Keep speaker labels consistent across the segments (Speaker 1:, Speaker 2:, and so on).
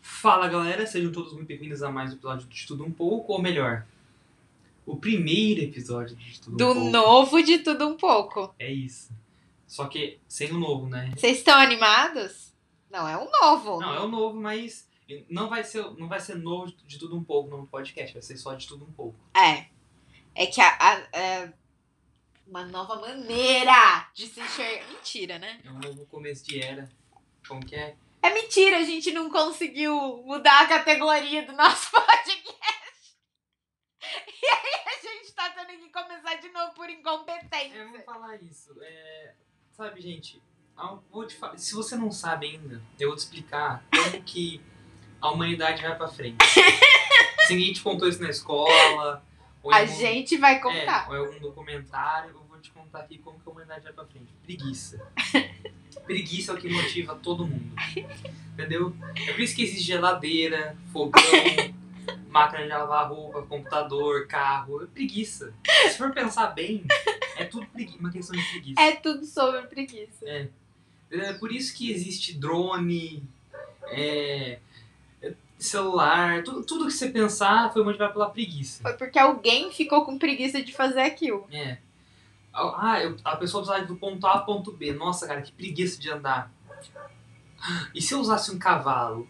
Speaker 1: Fala galera, sejam todos muito bem-vindos a mais um episódio de Tudo Um Pouco, ou melhor, o primeiro episódio de Tudo
Speaker 2: Do
Speaker 1: Um Pouco.
Speaker 2: novo de tudo um pouco.
Speaker 1: É isso. Só que sem o novo, né?
Speaker 2: Vocês estão animados? Não, é um novo.
Speaker 1: Não, é o novo, mas não vai ser, não vai ser novo de Tudo Um Pouco no podcast, vai ser só de Tudo Um Pouco.
Speaker 2: É. É que a, a- é uma nova maneira de se enxergar. Mentira, né?
Speaker 1: É um novo começo de era. Como que é?
Speaker 2: É mentira, a gente não conseguiu mudar a categoria do nosso podcast. E aí a gente tá tendo que começar de novo por
Speaker 1: É, vamos
Speaker 2: incompetência.
Speaker 1: falar isso. É, sabe, gente, há um- vou te falar, se você não sabe ainda, eu vou te explicar como que a humanidade vai pra frente. Se ninguém te contou isso na escola... ou em
Speaker 2: A
Speaker 1: algum-
Speaker 2: gente vai
Speaker 1: É,
Speaker 2: contar.
Speaker 1: ou é algum documentário, eu vou te contar aqui como que a humanidade vai pra frente. Preguiça. Preguiça é o que motiva todo mundo. Entendeu? É por isso que existe geladeira, fogão, máquina de lavar roupa, computador, carro. É preguiça. Se for pensar bem, é tudo pregui- uma questão de preguiça.
Speaker 2: É, tudo sobre preguiça.
Speaker 1: É por isso que existe drone, é, é, celular, tu- tudo que você pensar foi motivado pela preguiça.
Speaker 2: Foi porque alguém ficou com preguiça de fazer aquilo.
Speaker 1: É. Ah, eu- a pessoa precisava do ponto A ao ponto B. Nossa, cara, que preguiça de andar. E se eu usasse um cavalo?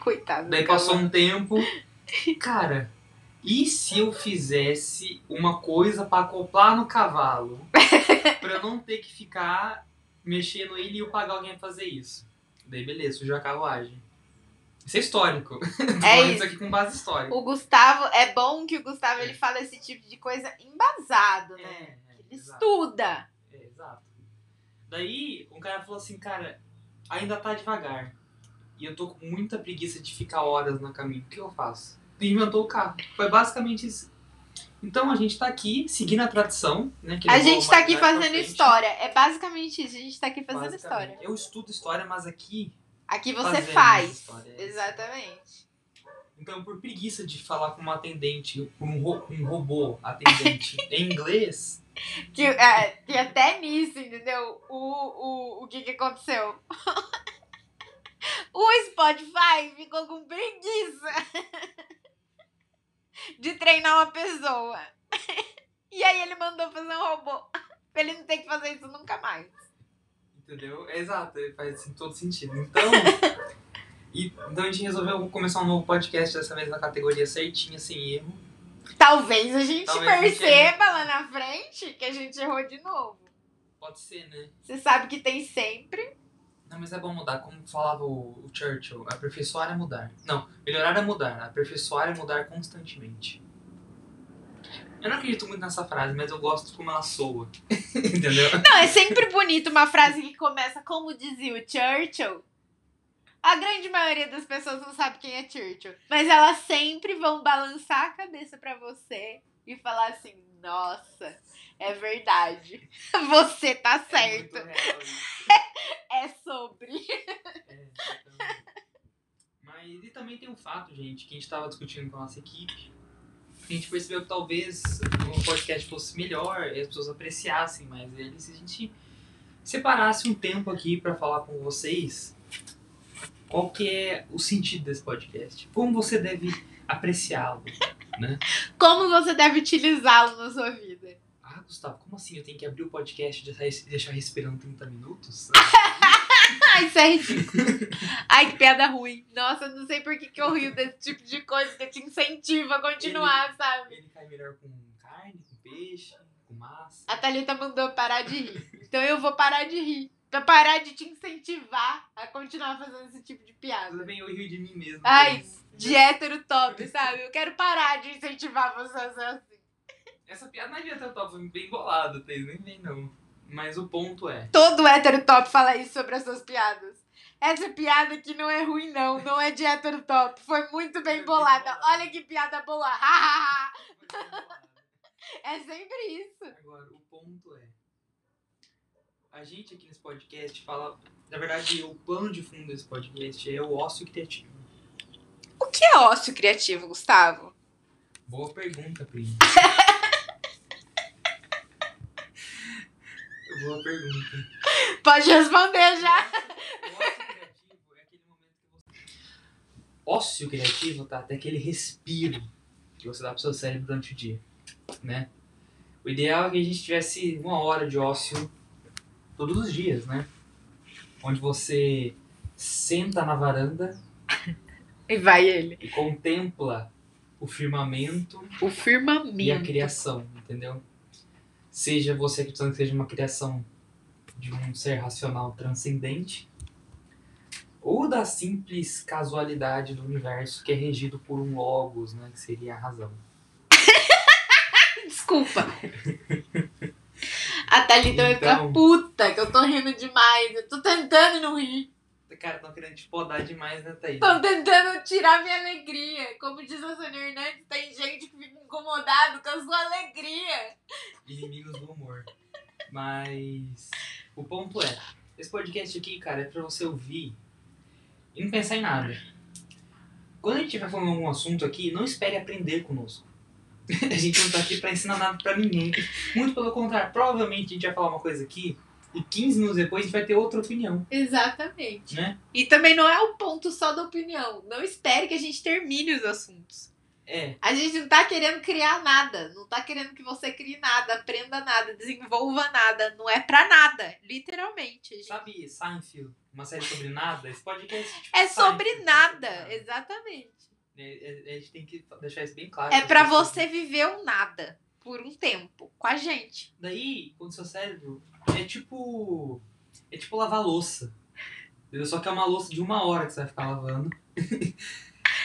Speaker 2: Coitado.
Speaker 1: Daí passou um tempo. Cara, e se eu fizesse uma coisa pra acoplar no cavalo? Pra eu não ter que ficar mexendo ele e eu pagar alguém pra fazer isso. Daí beleza, sujou a carruagem. Isso é histórico. Tô falando
Speaker 2: isso.
Speaker 1: aqui com base histórica.
Speaker 2: O Gustavo, é bom que o Gustavo ele fala esse tipo de coisa embasado, né? Ele
Speaker 1: É, exato.
Speaker 2: estuda.
Speaker 1: É, exato. Daí, um cara falou assim, cara, ainda tá devagar. E eu tô com muita preguiça de ficar horas no caminho. O que eu faço? Inventou o carro. Foi basicamente isso. Então a gente tá aqui seguindo a tradição, né? que
Speaker 2: A
Speaker 1: levou
Speaker 2: gente tá aqui
Speaker 1: humanidade pra
Speaker 2: fazendo
Speaker 1: frente.
Speaker 2: história. É basicamente isso, a gente tá aqui fazendo
Speaker 1: Basicamente.
Speaker 2: história.
Speaker 1: Eu estudo história, mas aqui.
Speaker 2: Aqui você
Speaker 1: Fazemos
Speaker 2: faz.
Speaker 1: história, é isso.
Speaker 2: Exatamente.
Speaker 1: Então, por preguiça de falar com uma atendente, com um, ro- um robô atendente em inglês,
Speaker 2: Que, é, que até nisso, entendeu? O, o, o que que aconteceu? o Spotify ficou com preguiça de treinar uma pessoa. e aí ele mandou fazer um robô. Pra ele não ter que fazer isso nunca mais.
Speaker 1: entendeu? É exato, faz assim, todo sentido. Então, e- então a gente resolveu começar um novo podcast dessa vez na categoria certinha, sem erro.
Speaker 2: Talvez a gente
Speaker 1: Talvez a gente
Speaker 2: perceba lá na frente que a gente errou de novo.
Speaker 1: Pode ser, né?
Speaker 2: Você sabe que tem sempre.
Speaker 1: Não, mas é bom mudar. Como falava o o Churchill, aperfeiçoar é mudar. Não, melhorar é mudar, aperfeiçoar é mudar constantemente. Eu não acredito muito nessa frase, mas eu gosto como ela soa. Entendeu?
Speaker 2: Não, é sempre bonito uma frase que começa como dizia o Churchill. A grande maioria das pessoas não sabe quem é Churchill, mas elas sempre vão balançar a cabeça pra você e falar assim: "Nossa, é verdade. Você tá
Speaker 1: É muito
Speaker 2: certo.
Speaker 1: real isso.
Speaker 2: É sobre".
Speaker 1: É, então... Mas e também tem um fato, gente, que a gente tava discutindo com a nossa equipe. A gente percebeu que talvez o podcast fosse melhor e as pessoas apreciassem mais ele se a gente separasse um tempo aqui pra falar com vocês qual que é o sentido desse podcast. Como você deve apreciá-lo.
Speaker 2: Como você deve utilizá-lo na sua vida?
Speaker 1: Ah, Gustavo, como assim? Eu tenho que abrir o podcast e deixar- deixar respirando 30 minutos?
Speaker 2: Ai, isso é ridículo. Ai, que piada ruim. Nossa, eu não sei por que, que eu rio desse tipo de coisa que te incentiva a continuar, sabe?
Speaker 1: Ele cai melhor com carne, com peixe, com massa.
Speaker 2: A Thalita mandou eu parar de rir. Então eu vou parar de rir. Pra parar de te incentivar a continuar fazendo esse tipo de
Speaker 1: Tudo
Speaker 2: piada.
Speaker 1: bem, eu rio de mim mesmo.
Speaker 2: Ai,
Speaker 1: mas-
Speaker 2: De hétero top, sabe? Eu quero parar de incentivar você a ser assim.
Speaker 1: Essa piada não adianta, eu tava bem bolado, Thaís, nem vem não. Mas o ponto é.
Speaker 2: Todo hétero top fala isso sobre as suas piadas. Essa piada aqui não é ruim, não. Não é de hétero top. Foi muito bem bolada. Olha que piada boa. Ha, ha, ha. É sempre isso.
Speaker 1: Agora, o ponto é. A gente aqui nesse podcast fala. Na verdade, o plano de fundo desse podcast é o ócio criativo.
Speaker 2: O que é ócio criativo, Gustavo?
Speaker 1: Boa pergunta, primo. Boa pergunta.
Speaker 2: Pode responder já.
Speaker 1: O ócio criativo é aquele momento que você. ócio criativo, tá? Até aquele respiro que você dá pro seu cérebro durante o dia, né? O ideal é que a gente tivesse uma hora de ócio todos os dias, né? Onde você senta na varanda
Speaker 2: E vai ele.
Speaker 1: e contempla o firmamento
Speaker 2: O
Speaker 1: e a
Speaker 2: firmamento.
Speaker 1: criação, entendeu? Seja você acreditando que seja uma criação de um ser racional transcendente, ou da simples casualidade do universo que é regido por um logos, né, que seria a razão.
Speaker 2: Desculpa. A Thalita vai ficar
Speaker 1: Então.
Speaker 2: puta, que eu tô rindo demais. Eu tô tentando não rir.
Speaker 1: Cara, tão querendo te podar demais, né, Thaís?
Speaker 2: Tô tentando tirar minha alegria. Como diz a Sônia Hernandes, tem gente que fica incomodado com a sua alegria.
Speaker 1: Inimigos do humor. Mas o ponto é, esse podcast aqui, cara, é pra você ouvir e não pensar em nada. Quando a gente vai falando algum assunto aqui, não espere aprender conosco. A gente não tá aqui pra ensinar nada pra ninguém. Muito pelo contrário, provavelmente a gente vai falar uma coisa aqui e 15 minutos depois a gente vai ter outra opinião,
Speaker 2: Exatamente.
Speaker 1: né?
Speaker 2: E também não é o ponto só da opinião. Não espere que a gente termine os assuntos.
Speaker 1: É,
Speaker 2: A gente não tá querendo criar nada. Não tá querendo que você crie nada, aprenda nada, desenvolva nada. Não é pra nada, literalmente. gente.
Speaker 1: sabe Seinfeld? Uma série sobre nada? Esse podcast tipo,
Speaker 2: É sobre
Speaker 1: Seinfeld,
Speaker 2: nada,
Speaker 1: né?
Speaker 2: exatamente.
Speaker 1: É, é, A gente tem que deixar isso bem claro.
Speaker 2: É
Speaker 1: as
Speaker 2: pra
Speaker 1: pessoas.
Speaker 2: você viver o nada por um tempo com a gente.
Speaker 1: Daí, quando seu cérebro é tipo. É tipo lavar louça. Entendeu? Só que é uma louça de uma hora que você vai ficar lavando.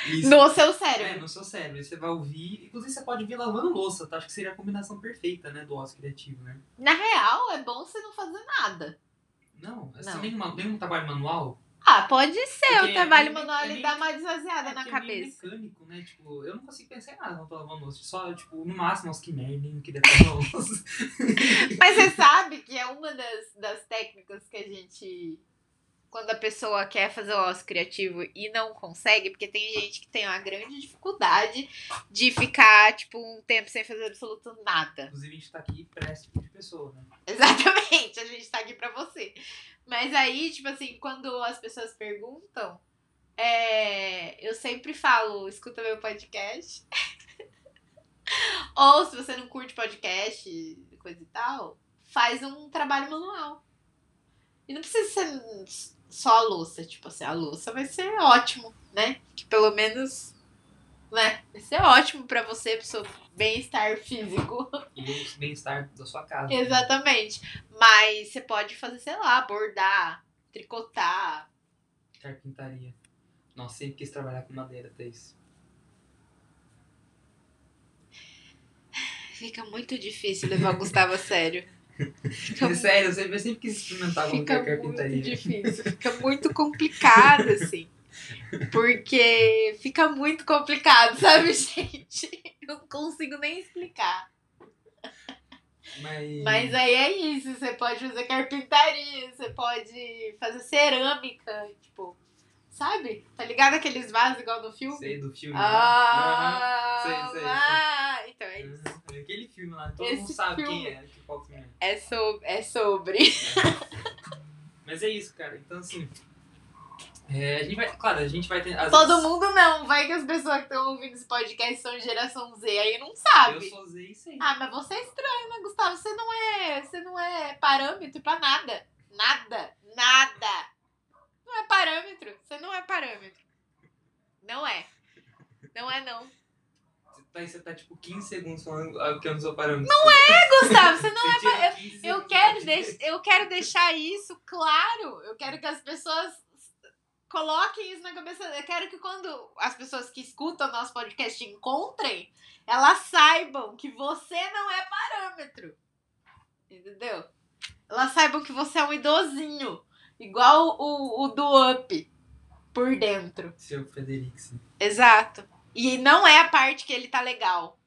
Speaker 1: E isso-
Speaker 2: No seu
Speaker 1: É,
Speaker 2: cérebro.
Speaker 1: no seu cérebro. E Você vai ouvir. Inclusive, você pode vir lavando louça, tá? Acho que seria a combinação perfeita, né? Do ócio criativo, né?
Speaker 2: Na real, é bom você não fazer nada.
Speaker 1: Não, assim,
Speaker 2: Não.
Speaker 1: Nem, uma, nem um trabalho manual.
Speaker 2: Ah, pode ser
Speaker 1: Porque
Speaker 2: o
Speaker 1: é
Speaker 2: trabalho
Speaker 1: meio-
Speaker 2: manual
Speaker 1: é
Speaker 2: ele
Speaker 1: meio-
Speaker 2: dá uma esvaziada
Speaker 1: É
Speaker 2: na
Speaker 1: que é meio
Speaker 2: cabeça.
Speaker 1: mecânico, né? Tipo, eu não consigo pensar em nada quando eu tô lavando louça. Só, tipo, no máximo, uns que merda, hein, que detalhe louça.
Speaker 2: Mas você sabe que é uma das, das técnicas que a gente. Quando a pessoa quer fazer o ócio criativo e não consegue, porque tem gente que tem uma grande dificuldade de ficar, tipo, um tempo sem fazer absoluto nada.
Speaker 1: Inclusive, a gente tá aqui pra esse tipo de pessoa, né?
Speaker 2: Exatamente, a gente tá aqui pra você. Mas aí, tipo assim, quando as pessoas perguntam, é, eu sempre falo, escuta meu podcast. Ou se você não curte podcast, coisa e tal, faz um trabalho manual. E não precisa ser só a louça, tipo assim, a louça vai ser ótimo, né? Que pelo menos, né? Vai ser ótimo pra você, pro seu bem-estar físico.
Speaker 1: E o bem-estar da sua casa. né?
Speaker 2: Exatamente. Mas você pode fazer, sei lá, bordar, tricotar.
Speaker 1: Carpintaria. Nossa, sempre quis trabalhar com madeira, Thaís.
Speaker 2: Fica muito difícil levar o Gustavo a sério. Fica, mu-
Speaker 1: Sério, eu sempre, eu sempre quis experimentar como que é
Speaker 2: fica muito
Speaker 1: carpintaria.
Speaker 2: difícil. Fica muito complicado, assim. Porque fica muito complicado, sabe, gente? Eu não consigo nem explicar.
Speaker 1: Mas,
Speaker 2: Mas aí é isso. Você pode fazer carpintaria, você pode fazer cerâmica, tipo. Sabe? Tá ligado aqueles vasos igual no filme?
Speaker 1: sei do filme. né? lá.
Speaker 2: Ah,
Speaker 1: Sei, sei, sei.
Speaker 2: ah, então é isso.
Speaker 1: Aham. Aham. Aquele filme lá, todo
Speaker 2: Esse
Speaker 1: mundo sabe
Speaker 2: filme.
Speaker 1: quem é, que- qual filme é.
Speaker 2: É, so, é sobre.
Speaker 1: Mas é isso, cara. Então, assim. é, a gente vai. Claro, a gente vai ter. às
Speaker 2: Todo
Speaker 1: vezes-
Speaker 2: mundo não. Vai que as pessoas que estão ouvindo esse podcast são geração Z, aí não
Speaker 1: Eu
Speaker 2: sabe.
Speaker 1: sou Z e sei.
Speaker 2: Ah, mas você é estranho, né, Gustavo? Você não é. Você não é parâmetro pra nada. Nada. Nada. Não é parâmetro. Você não é parâmetro. Não é. Não é, não.
Speaker 1: Thaís, você tá tipo 15 segundos falando ah, que eu não sou parâmetro. Não é,
Speaker 2: Gustavo, você não
Speaker 1: não é
Speaker 2: Eu quero, deix- eu quero deixar isso claro. Eu quero que as pessoas coloquem isso na cabeça. Eu quero que quando as pessoas que escutam nosso podcast te encontrem, elas saibam que você não é parâmetro. Entendeu? Elas saibam que você é um idosinho. Igual o, o do Up por dentro.
Speaker 1: Seu Frederico.
Speaker 2: Exato. E não é a parte que ele tá legal.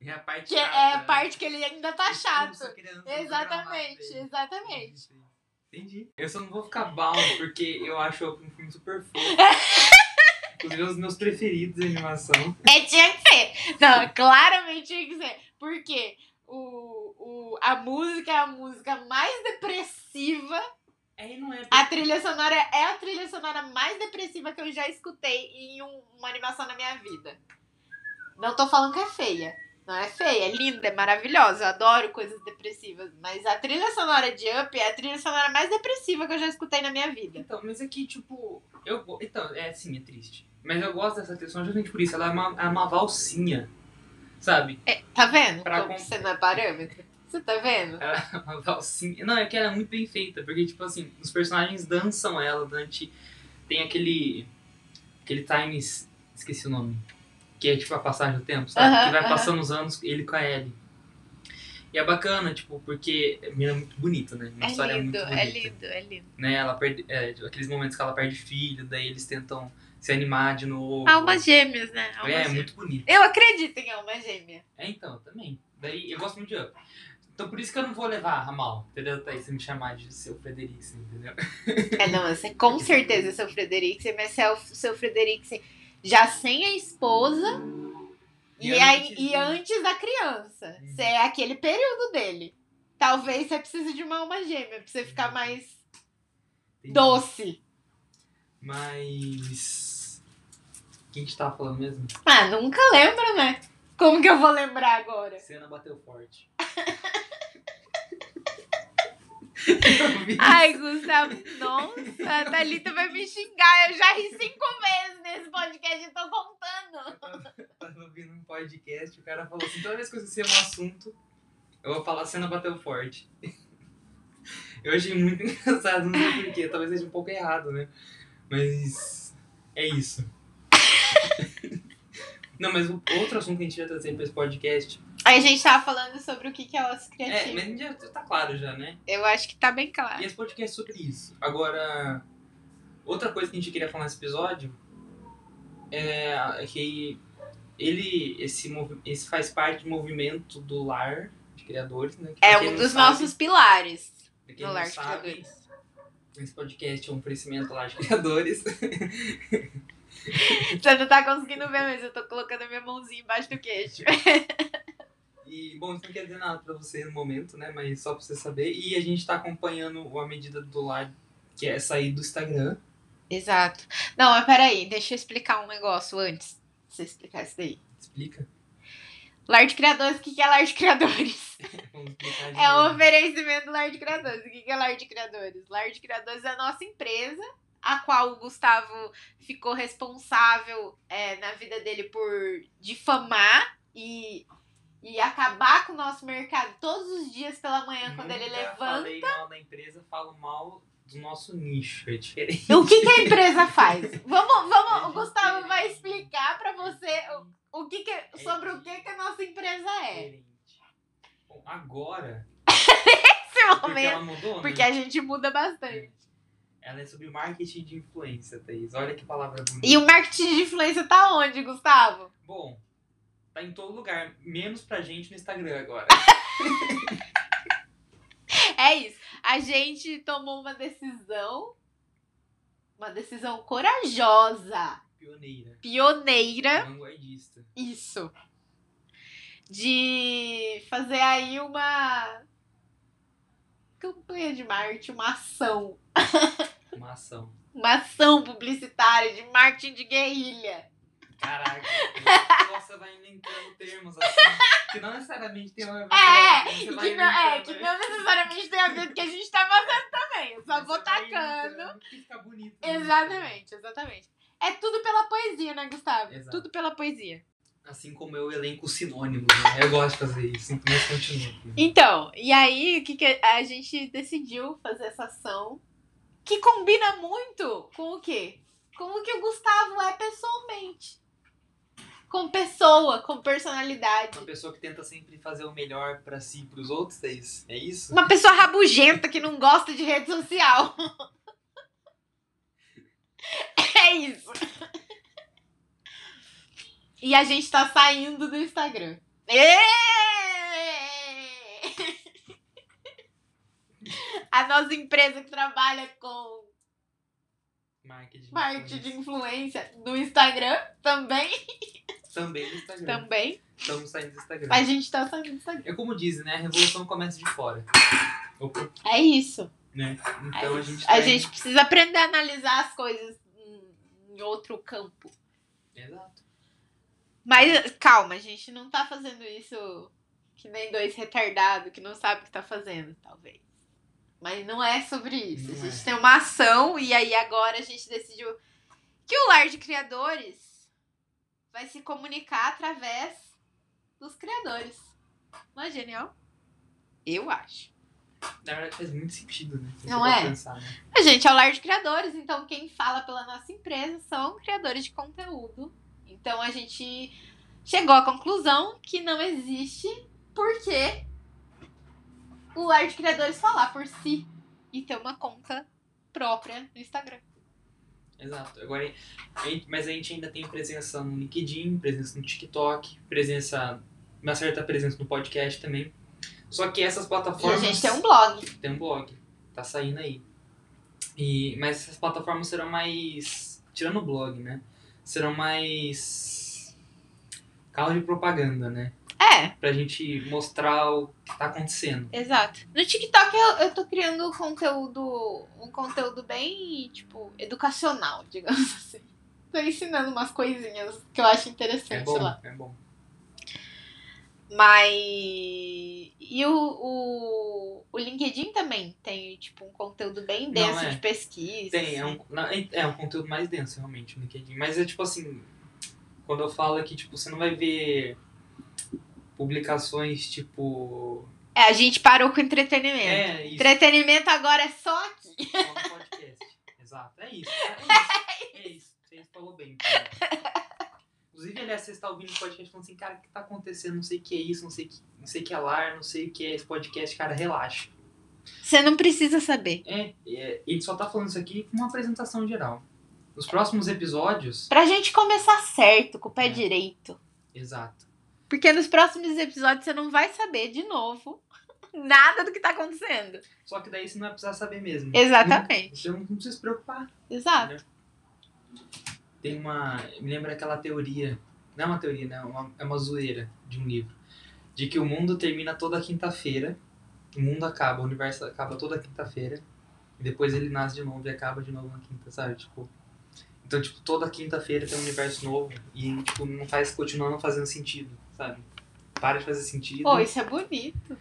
Speaker 1: É a parte
Speaker 2: Que é a parte que ele ainda
Speaker 1: Tipo,
Speaker 2: tá
Speaker 1: é
Speaker 2: chato.
Speaker 1: um
Speaker 2: Exatamente, exatamente.
Speaker 1: Entendi. Eu só não vou ficar baldo porque eu acho um filme super fofo. Inclusive, é um dos meus preferidos de animação.
Speaker 2: É, tinha que ser. Não, claramente tinha que ser. Porque o, o, a música é a música mais depressiva
Speaker 1: É e não é.
Speaker 2: A trilha sonora é a trilha sonora mais depressiva que eu já escutei em um- uma animação na minha vida. Não tô falando que é feia. Não é feia, é linda, é maravilhosa. Eu adoro coisas depressivas. Mas a trilha sonora de Up é a trilha sonora mais depressiva que eu já escutei na minha vida.
Speaker 1: Então, mas aqui, tipo, eu go- Então, é sim, é triste. Mas eu gosto dessa trilha sonora justamente por isso. Ela é uma, é uma valsinha. Sabe?
Speaker 2: Tá vendo?
Speaker 1: Pra É
Speaker 2: Como
Speaker 1: com-
Speaker 2: você não é parâmetro? Você tá vendo?
Speaker 1: Uma valsinha. Não, é que ela é muito bem feita, porque, tipo assim, os personagens dançam ela durante. Tem aquele. Aquele time. Esqueci o nome. Que é tipo a passagem do tempo, sabe?
Speaker 2: Aham,
Speaker 1: que vai
Speaker 2: aham.
Speaker 1: passando os anos ele com a Ellie. E é bacana, tipo, porque a menina é muito bonita, né? Uma história
Speaker 2: é lindo,
Speaker 1: muito bonita.
Speaker 2: é lindo, é lindo.
Speaker 1: né? Ela perde, é, aqueles momentos que ela perde filho, daí eles tentam se animar de novo.
Speaker 2: Almas gêmeas, né? Almas
Speaker 1: é, é
Speaker 2: gêmeas.
Speaker 1: muito bonito.
Speaker 2: Eu acredito em alma gêmea.
Speaker 1: É, então, eu também. Daí eu gosto muito de Up. Então por isso que eu não vou levar a mal, entendeu? Daí você me chamar de seu Frederico, assim, entendeu?
Speaker 2: É, não, você com certeza é seu Frederiksen, mas é o seu Frederiksen já sem a esposa e, aí- e antes da criança.
Speaker 1: Uhum.
Speaker 2: Você é aquele período dele. Talvez você precise de uma alma gêmea pra você ficar mais
Speaker 1: Entendi.
Speaker 2: doce.
Speaker 1: Mas. O que a gente tava falando mesmo?
Speaker 2: Ah, nunca lembro, né? Como que eu vou lembrar agora?
Speaker 1: Cena bateu forte. Eu vi.
Speaker 2: Ai, Gustavo, nossa, a Thalita vai me xingar. Eu já ri cinco vezes nesse podcast e tô contando.
Speaker 1: tava ouvindo um podcast, o cara falou assim, toda vez que eu esquecer um assunto, eu vou falar cena bateu forte. Eu achei muito engraçado, não sei porquê, talvez seja um pouco errado, né? Mas é isso. Não, mas o- outro assunto que a gente ia trazer pra esse podcast.
Speaker 2: Aí a gente tava falando sobre o que que é o ócio
Speaker 1: É,
Speaker 2: criativo.
Speaker 1: mas já tá claro já, né?
Speaker 2: Eu acho que tá bem claro.
Speaker 1: E esse podcast é sobre isso. Agora, outra coisa que a gente queria falar nesse episódio é que ele esse, movi- esse faz parte do movimento do lar de criadores, né? Que
Speaker 2: É
Speaker 1: pra quem
Speaker 2: um
Speaker 1: não
Speaker 2: dos
Speaker 1: sabe,
Speaker 2: nossos pilares
Speaker 1: pra quem
Speaker 2: no
Speaker 1: não
Speaker 2: Lar de
Speaker 1: sabe,
Speaker 2: Criadores.
Speaker 1: Esse podcast é um oferecimento do lar de criadores.
Speaker 2: Você não tá conseguindo ver, mas eu tô colocando a minha mãozinha embaixo do queixo.
Speaker 1: E, bom, isso não quer dizer nada pra você no momento, né? Mas só pra você saber. E a gente tá acompanhando o a medida do lar, que é sair do Instagram.
Speaker 2: Exato. Não, mas peraí, deixa eu explicar um negócio antes. de Você explicar isso daí.
Speaker 1: Explica.
Speaker 2: Lar de Criadores, o que que é Lar de Criadores?
Speaker 1: Vamos explicar de
Speaker 2: É um
Speaker 1: novo.
Speaker 2: oferecimento do Lar de Criadores. O que que é Lar de Criadores? Lar de Criadores é a nossa empresa, a qual o Gustavo ficou responsável é, na vida dele por difamar e, e acabar com o nosso mercado todos os dias pela manhã, É, quando ele
Speaker 1: Nunca
Speaker 2: levanta.
Speaker 1: Uhum. Falei mal da empresa, falo mal do nosso nicho, é diferente.
Speaker 2: O que, que a empresa faz? Vamos,
Speaker 1: É
Speaker 2: vamos, o
Speaker 1: diferente.
Speaker 2: Gustavo vai explicar pra você o, o que que- sobre o que, que a nossa empresa é.
Speaker 1: Diferente. Bom, agora,
Speaker 2: Nesse
Speaker 1: porque
Speaker 2: momento,
Speaker 1: ela mudou, né?
Speaker 2: porque a gente muda bastante.
Speaker 1: Ela é sobre marketing de influência, Thaís. Olha que palavra bonita.
Speaker 2: E o marketing de influência tá onde, Gustavo?
Speaker 1: Bom, tá em todo lugar, menos pra gente no Instagram agora.
Speaker 2: É isso. A gente tomou uma decisão, uma decisão corajosa,
Speaker 1: Pioneira,
Speaker 2: pioneira,
Speaker 1: vanguardista.
Speaker 2: isso. De fazer aí uma campanha de marketing, uma ação
Speaker 1: Uma ação.
Speaker 2: uma ação publicitária de marketing de guerrilha.
Speaker 1: Caraca. Nossa, vai inventando termos assim, que não necessariamente tem uma...
Speaker 2: É,
Speaker 1: você
Speaker 2: e
Speaker 1: vai
Speaker 2: que não, é,
Speaker 1: inventando,
Speaker 2: que
Speaker 1: né?
Speaker 2: não necessariamente tem a ver com o que a gente tá fazendo também. Eu só
Speaker 1: Você
Speaker 2: vou
Speaker 1: vai
Speaker 2: tacando.
Speaker 1: inventando, que Fica bonito. né?
Speaker 2: Exatamente, exatamente. É tudo pela poesia, né, Gustavo?
Speaker 1: Exato.
Speaker 2: Tudo pela poesia.
Speaker 1: Assim como eu elenco sinônimos, né? Eu gosto de fazer isso, mas continua.
Speaker 2: Então, e aí, o que, que a gente decidiu fazer essa ação que combina muito com o quê? Com o que o Gustavo é pessoalmente. Com pessoa, com personalidade.
Speaker 1: Uma pessoa que tenta sempre fazer o melhor pra si e pros outros, é isso? É isso?
Speaker 2: Uma pessoa rabugenta que não gosta de rede social. É isso. E a gente tá saindo do Instagram. Êêêê! A nossa empresa que trabalha com
Speaker 1: Marketing.
Speaker 2: parte de influência no Instagram também.
Speaker 1: Também no Instagram.
Speaker 2: Também.
Speaker 1: Estamos saindo do Instagram.
Speaker 2: A gente tá saindo do Instagram.
Speaker 1: É como dizem, né? A revolução começa de fora. Opa,
Speaker 2: É isso.
Speaker 1: né? Então a gente.
Speaker 2: A
Speaker 1: tá
Speaker 2: gente precisa aprender a analisar as coisas em- em outro campo.
Speaker 1: Em... Exato.
Speaker 2: Mas calma, a gente não tá fazendo isso que nem dois retardados que não sabe o que tá fazendo, talvez. Mas não é sobre
Speaker 1: Não
Speaker 2: isso. a gente
Speaker 1: é.
Speaker 2: tem uma ação e aí agora a gente decidiu que o lar de criadores vai se comunicar através dos criadores. Não é genial? Eu acho.
Speaker 1: Na verdade faz muito sentido, né? Se
Speaker 2: Não
Speaker 1: você
Speaker 2: é?
Speaker 1: for Pensar, né?
Speaker 2: A gente é o lar de criadores, então quem fala pela nossa empresa são criadores de conteúdo. Então a gente chegou à conclusão que não existe porque o lar de criadores falar por si e ter uma conta própria no Instagram.
Speaker 1: Exato. Agora, a gente- mas a gente ainda tem presença no LinkedIn, presença no TikTok, presença. Uma certa presença no podcast também. Só que essas
Speaker 2: E a
Speaker 1: plataformas.
Speaker 2: gente tem um blog.
Speaker 1: tem um blog. Tá saindo aí. E, mas essas plataformas serão mais. Tirando o blog, né? Serão mais. Carro de propaganda, né?
Speaker 2: É,
Speaker 1: Pra gente mostrar o que tá acontecendo.
Speaker 2: exato. No TikTok eu, eu tô criando um conteúdo, um conteúdo bem, tipo, educacional, digamos assim. Tô ensinando umas coisinhas que eu acho
Speaker 1: É
Speaker 2: interessante
Speaker 1: bom,
Speaker 2: lá.
Speaker 1: é bom.
Speaker 2: Mas. E o, o, o LinkedIn também tem, tipo, um conteúdo bem denso
Speaker 1: é.
Speaker 2: de pesquisa. assim.
Speaker 1: Tem, é um, não, é- é um conteúdo mais denso, realmente, o LinkedIn. Mas é tipo assim. Quando eu falo que, tipo, você não vai ver publicações tipo.
Speaker 2: É, a gente parou com entretenimento.
Speaker 1: É, isso.
Speaker 2: Entretenimento agora é só aqui.
Speaker 1: Só no podcast. Exato. É isso. É isso. É isso. Você falou bem. cara. Inclusive, aliás, você está ouvindo o podcast falando assim, cara, o que tá acontecendo? Não sei o que é isso, não sei o que, não sei o que é lar, não sei o que é esse podcast, cara, relaxa.
Speaker 2: Você não precisa saber.
Speaker 1: É, é, ele só tá falando isso aqui com uma apresentação geral. Nos próximos episódios.
Speaker 2: Pra gente começar certo, com o pé
Speaker 1: É.
Speaker 2: direito.
Speaker 1: Exato.
Speaker 2: Porque nos próximos episódios você não vai saber de novo nada do que tá acontecendo.
Speaker 1: Só que daí você não vai precisar saber mesmo.
Speaker 2: Exatamente.
Speaker 1: Então não precisa se preocupar.
Speaker 2: Exato.
Speaker 1: Tem uma. Me lembra aquela teoria. Não é uma teoria, né? É uma, é uma zoeira de um livro. De que o mundo termina toda quinta-feira. O mundo acaba, o universo acaba toda quinta-feira. E depois ele nasce de novo e acaba de novo na quinta, sabe? Tipo. Então, tipo, toda quinta-feira tem um universo novo. E, tipo, não faz. Continua não fazendo sentido, sabe? Para de fazer sentido.
Speaker 2: Pô, isso é bonito.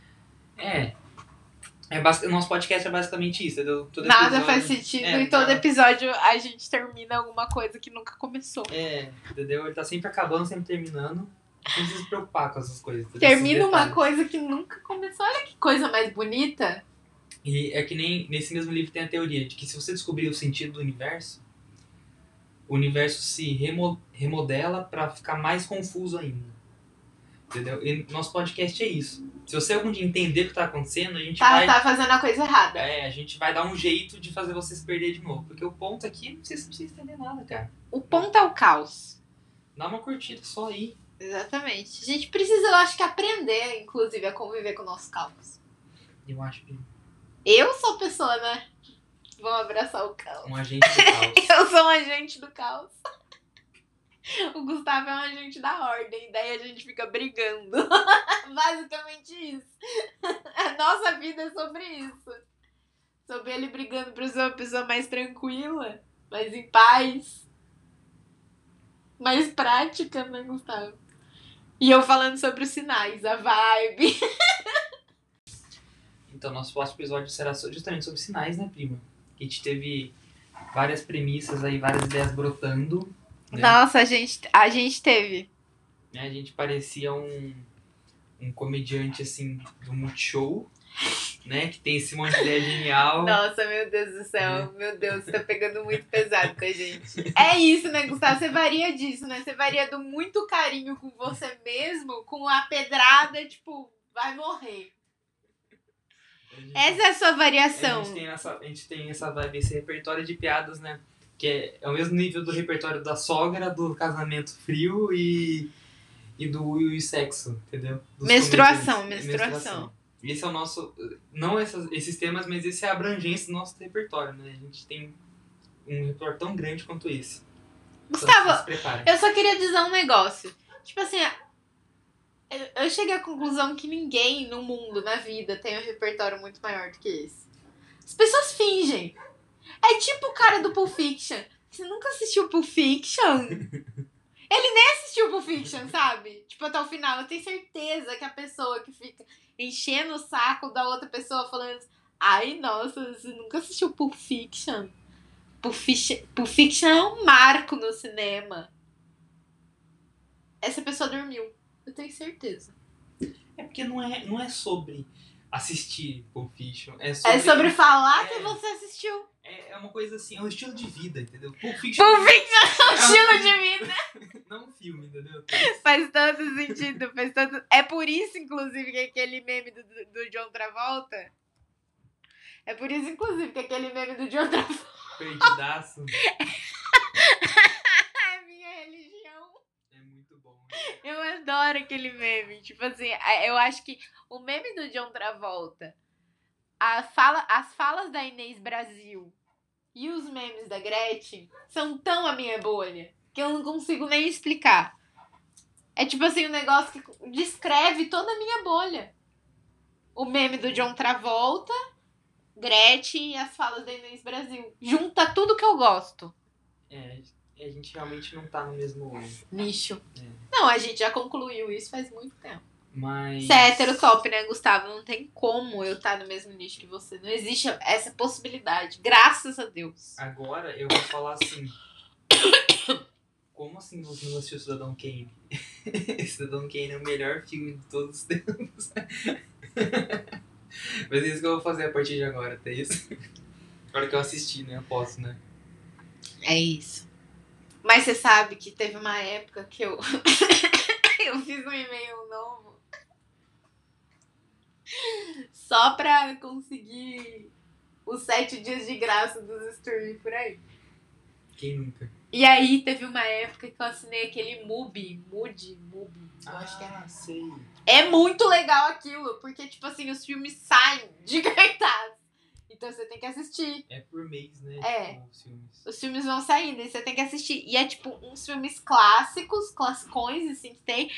Speaker 1: É. é basi- o nosso podcast é basicamente isso, entendeu? Todo
Speaker 2: Nada
Speaker 1: episódio-
Speaker 2: faz sentido
Speaker 1: É,
Speaker 2: e todo
Speaker 1: nada-
Speaker 2: episódio a gente termina alguma coisa que nunca começou.
Speaker 1: É, entendeu? Ele tá sempre acabando, sempre terminando. Não precisa se preocupar com essas coisas. entendeu?
Speaker 2: Termina
Speaker 1: Esses
Speaker 2: uma
Speaker 1: detalhes.
Speaker 2: coisa que nunca começou. Olha que coisa mais bonita.
Speaker 1: E é que nem nesse mesmo livro tem a teoria de que se você descobrir o sentido do universo, o universo se remo- remodela pra ficar mais confuso ainda. Entendeu? E nosso podcast é isso. Se você algum dia entender o que tá acontecendo, a gente
Speaker 2: Tá,
Speaker 1: vai.
Speaker 2: tá fazendo a coisa errada.
Speaker 1: É, a gente vai dar um jeito de fazer você se perder de novo. Porque o ponto aqui não precisa, não precisa entender nada, cara.
Speaker 2: O ponto é o caos.
Speaker 1: Dá uma curtida só aí.
Speaker 2: Exatamente. A gente precisa, eu acho que, aprender, inclusive, a conviver com o nosso caos.
Speaker 1: Eu acho que
Speaker 2: Eu sou a pessoa, né? Vamos abraçar o caos.
Speaker 1: um agente do caos.
Speaker 2: Eu sou um agente do caos. O Gustavo é um agente da ordem, daí a gente fica brigando. Basicamente isso. A nossa vida é sobre isso. Sobre ele brigando pra ser uma pessoa mais tranquila, mais em paz, mais prática, né, Gustavo? E eu falando sobre os sinais, a vibe.
Speaker 1: Então, nosso próximo episódio será so- justamente sobre sinais, né, prima? Que a gente teve várias premissas aí, várias ideias brotando. Né?
Speaker 2: Nossa, a gente, a gente teve.
Speaker 1: Né, A gente parecia um, um comediante, assim, do Multishow, né? Que tem esse monte de ideia genial.
Speaker 2: Nossa, meu Deus do
Speaker 1: Né?
Speaker 2: céu. Meu Deus, você tá pegando muito pesado com a gente. É isso, né, Gustavo? Você varia disso, né? Você varia do muito carinho com você mesmo, com a pedrada, tipo, vai morrer.
Speaker 1: A gente-
Speaker 2: Essa é a sua variação.
Speaker 1: A gente, tem essa, a gente tem essa vibe, esse repertório de piadas, né? Que é, é o mesmo nível do repertório da sogra, do casamento frio e, e do e sexo, entendeu? Dos
Speaker 2: Menstruação,
Speaker 1: comediantes. É,
Speaker 2: menstruação.
Speaker 1: Esse é o nosso. Não essas- esses temas, mas esse é a abrangência do nosso repertório, né? A gente tem um repertório tão grande quanto esse. Então,
Speaker 2: Gustavo,
Speaker 1: se preparem.
Speaker 2: eu só queria dizer um negócio. Tipo assim, eu- eu cheguei à conclusão que ninguém no mundo, na vida, tem um repertório muito maior do que esse. As pessoas fingem. É tipo o cara do Pulp Fiction. Você nunca assistiu Pulp Fiction? Ele nem assistiu Pulp Fiction, sabe? Tipo, até o final. Eu tenho certeza que a pessoa que fica enchendo o saco da outra pessoa falando Ai, nossa, você nunca assistiu Pulp Fiction? Pulp Fiction, Pulp Fiction é um marco no cinema. Essa pessoa dormiu. Eu tenho certeza.
Speaker 1: É porque não é, não é sobre assistir Pulp Fiction. É sobre.
Speaker 2: É sobre falar
Speaker 1: É.
Speaker 2: que você assistiu.
Speaker 1: é- é uma coisa assim, é um estilo de vida, entendeu? Pulp Fiction
Speaker 2: Pulp Fiction é um
Speaker 1: É.
Speaker 2: estilo de vida.
Speaker 1: não é um filme, entendeu?
Speaker 2: Faz tanto sentido, faz tanto. É por isso, inclusive, que aquele meme do, do- do John Travolta. É por isso, inclusive, que aquele meme do John Travolta
Speaker 1: Perdidaço.
Speaker 2: é minha religião.
Speaker 1: É muito bom.
Speaker 2: Eu adoro aquele meme. Tipo assim, a- eu acho que o meme do John Travolta, a fala, as falas da Inês Brasil e os memes da Gretchen são tão a minha bolha que eu não consigo nem explicar. É tipo assim, um negócio que descreve toda a minha bolha. O meme do John Travolta, Gretchen e as falas da Inês Brasil. Junta tudo que eu gosto.
Speaker 1: É, a gente realmente não tá no mesmo ano.
Speaker 2: Nicho.
Speaker 1: É.
Speaker 2: Não, a gente já concluiu isso faz muito tempo.
Speaker 1: Mas.
Speaker 2: Você é heterotop, né, Gustavo? Não tem como eu estar no mesmo nicho que você. Não existe essa possibilidade. Graças a Deus.
Speaker 1: Agora eu vou falar assim. Como assim você não assistiu Cidadão Kane? Cidadão Kane é o melhor filme de todos os tempos. Mas é isso que eu vou fazer a partir de agora, até isso. Agora que eu assisti, né? Eu posso, né?
Speaker 2: É isso. Mas você sabe que teve uma época que eu. eu fiz um e-mail novo. Só pra conseguir os sete dias de graça dos streams por aí.
Speaker 1: Quem nunca?
Speaker 2: E aí teve uma época que eu assinei aquele Mubi. Mubi, Mubi. Eu acho que é.
Speaker 1: sei.
Speaker 2: É muito legal aquilo, porque, tipo assim, os filmes saem de cartaz. Então você tem que assistir.
Speaker 1: É por mês, né?
Speaker 2: É.
Speaker 1: tipo, os filmes.
Speaker 2: Os filmes vão saindo e você tem que assistir. E é, tipo, uns filmes clássicos, classicões, assim, que tem.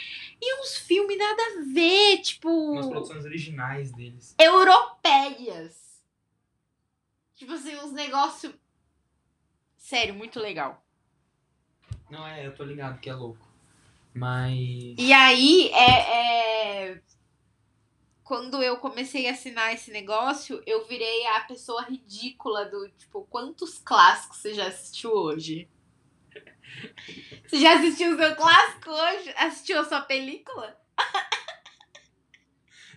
Speaker 2: E uns filmes nada a ver,
Speaker 1: Umas
Speaker 2: tipo,
Speaker 1: produções originais deles.
Speaker 2: europeias. Tipo assim, uns negócios. Sério, muito legal.
Speaker 1: Não, é, eu tô ligado que é louco. Mas.
Speaker 2: E aí, é, é, quando eu comecei a assinar esse negócio, eu virei a pessoa ridícula do tipo, quantos clássicos você já assistiu hoje? Você já assistiu o seu clássico hoje? Assistiu a sua película?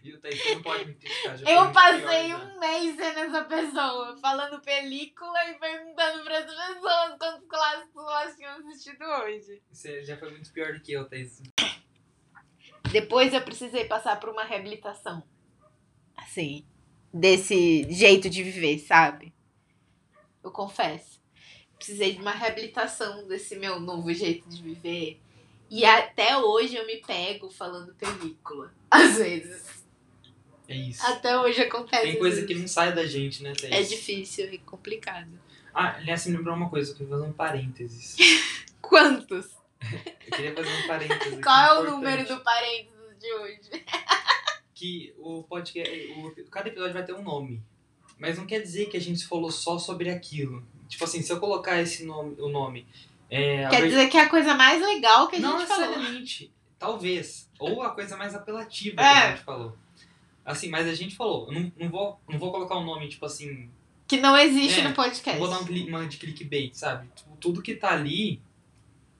Speaker 1: E o Thaís, você não pode me criticar. já foi
Speaker 2: Eu
Speaker 1: pior, né?
Speaker 2: passei
Speaker 1: já.
Speaker 2: um mês sendo essa pessoa, falando película e perguntando para as pessoas quantos clássicos elas tinham assistido hoje.
Speaker 1: Você já foi muito pior do que eu, Thaís.
Speaker 2: Depois eu precisei passar por uma reabilitação. Assim, desse jeito de viver, sabe? Eu confesso. Precisei de uma reabilitação desse meu novo jeito de viver. E até hoje eu me pego falando película. Às vezes.
Speaker 1: É isso.
Speaker 2: Até hoje acontece.
Speaker 1: Tem coisa que não sai da gente, né, Thaís?
Speaker 2: É difícil e complicado.
Speaker 1: Ah, aliás, você me lembrou uma coisa, eu queria fazer um parênteses.
Speaker 2: Quantos?
Speaker 1: Eu queria fazer um parênteses.
Speaker 2: Qual é o
Speaker 1: importante,
Speaker 2: número do parênteses de hoje?
Speaker 1: Que o podcast. O, cada episódio vai ter um nome. Mas não quer dizer que a gente falou só sobre aquilo. Tipo assim, se eu colocar esse nome, o nome. É, a
Speaker 2: Quer
Speaker 1: ver-
Speaker 2: dizer que é a coisa mais legal que a gente
Speaker 1: não
Speaker 2: falou.
Speaker 1: necessariamente. Talvez. Ou a coisa mais apelativa que
Speaker 2: É.
Speaker 1: a gente falou. Assim, mas a gente falou. Eu não, não, vou, não vou colocar um nome, tipo assim,
Speaker 2: Que não existe
Speaker 1: É,
Speaker 2: no podcast.
Speaker 1: Vou dar um cli- uma de clickbait, sabe? Tu- Tudo que tá ali,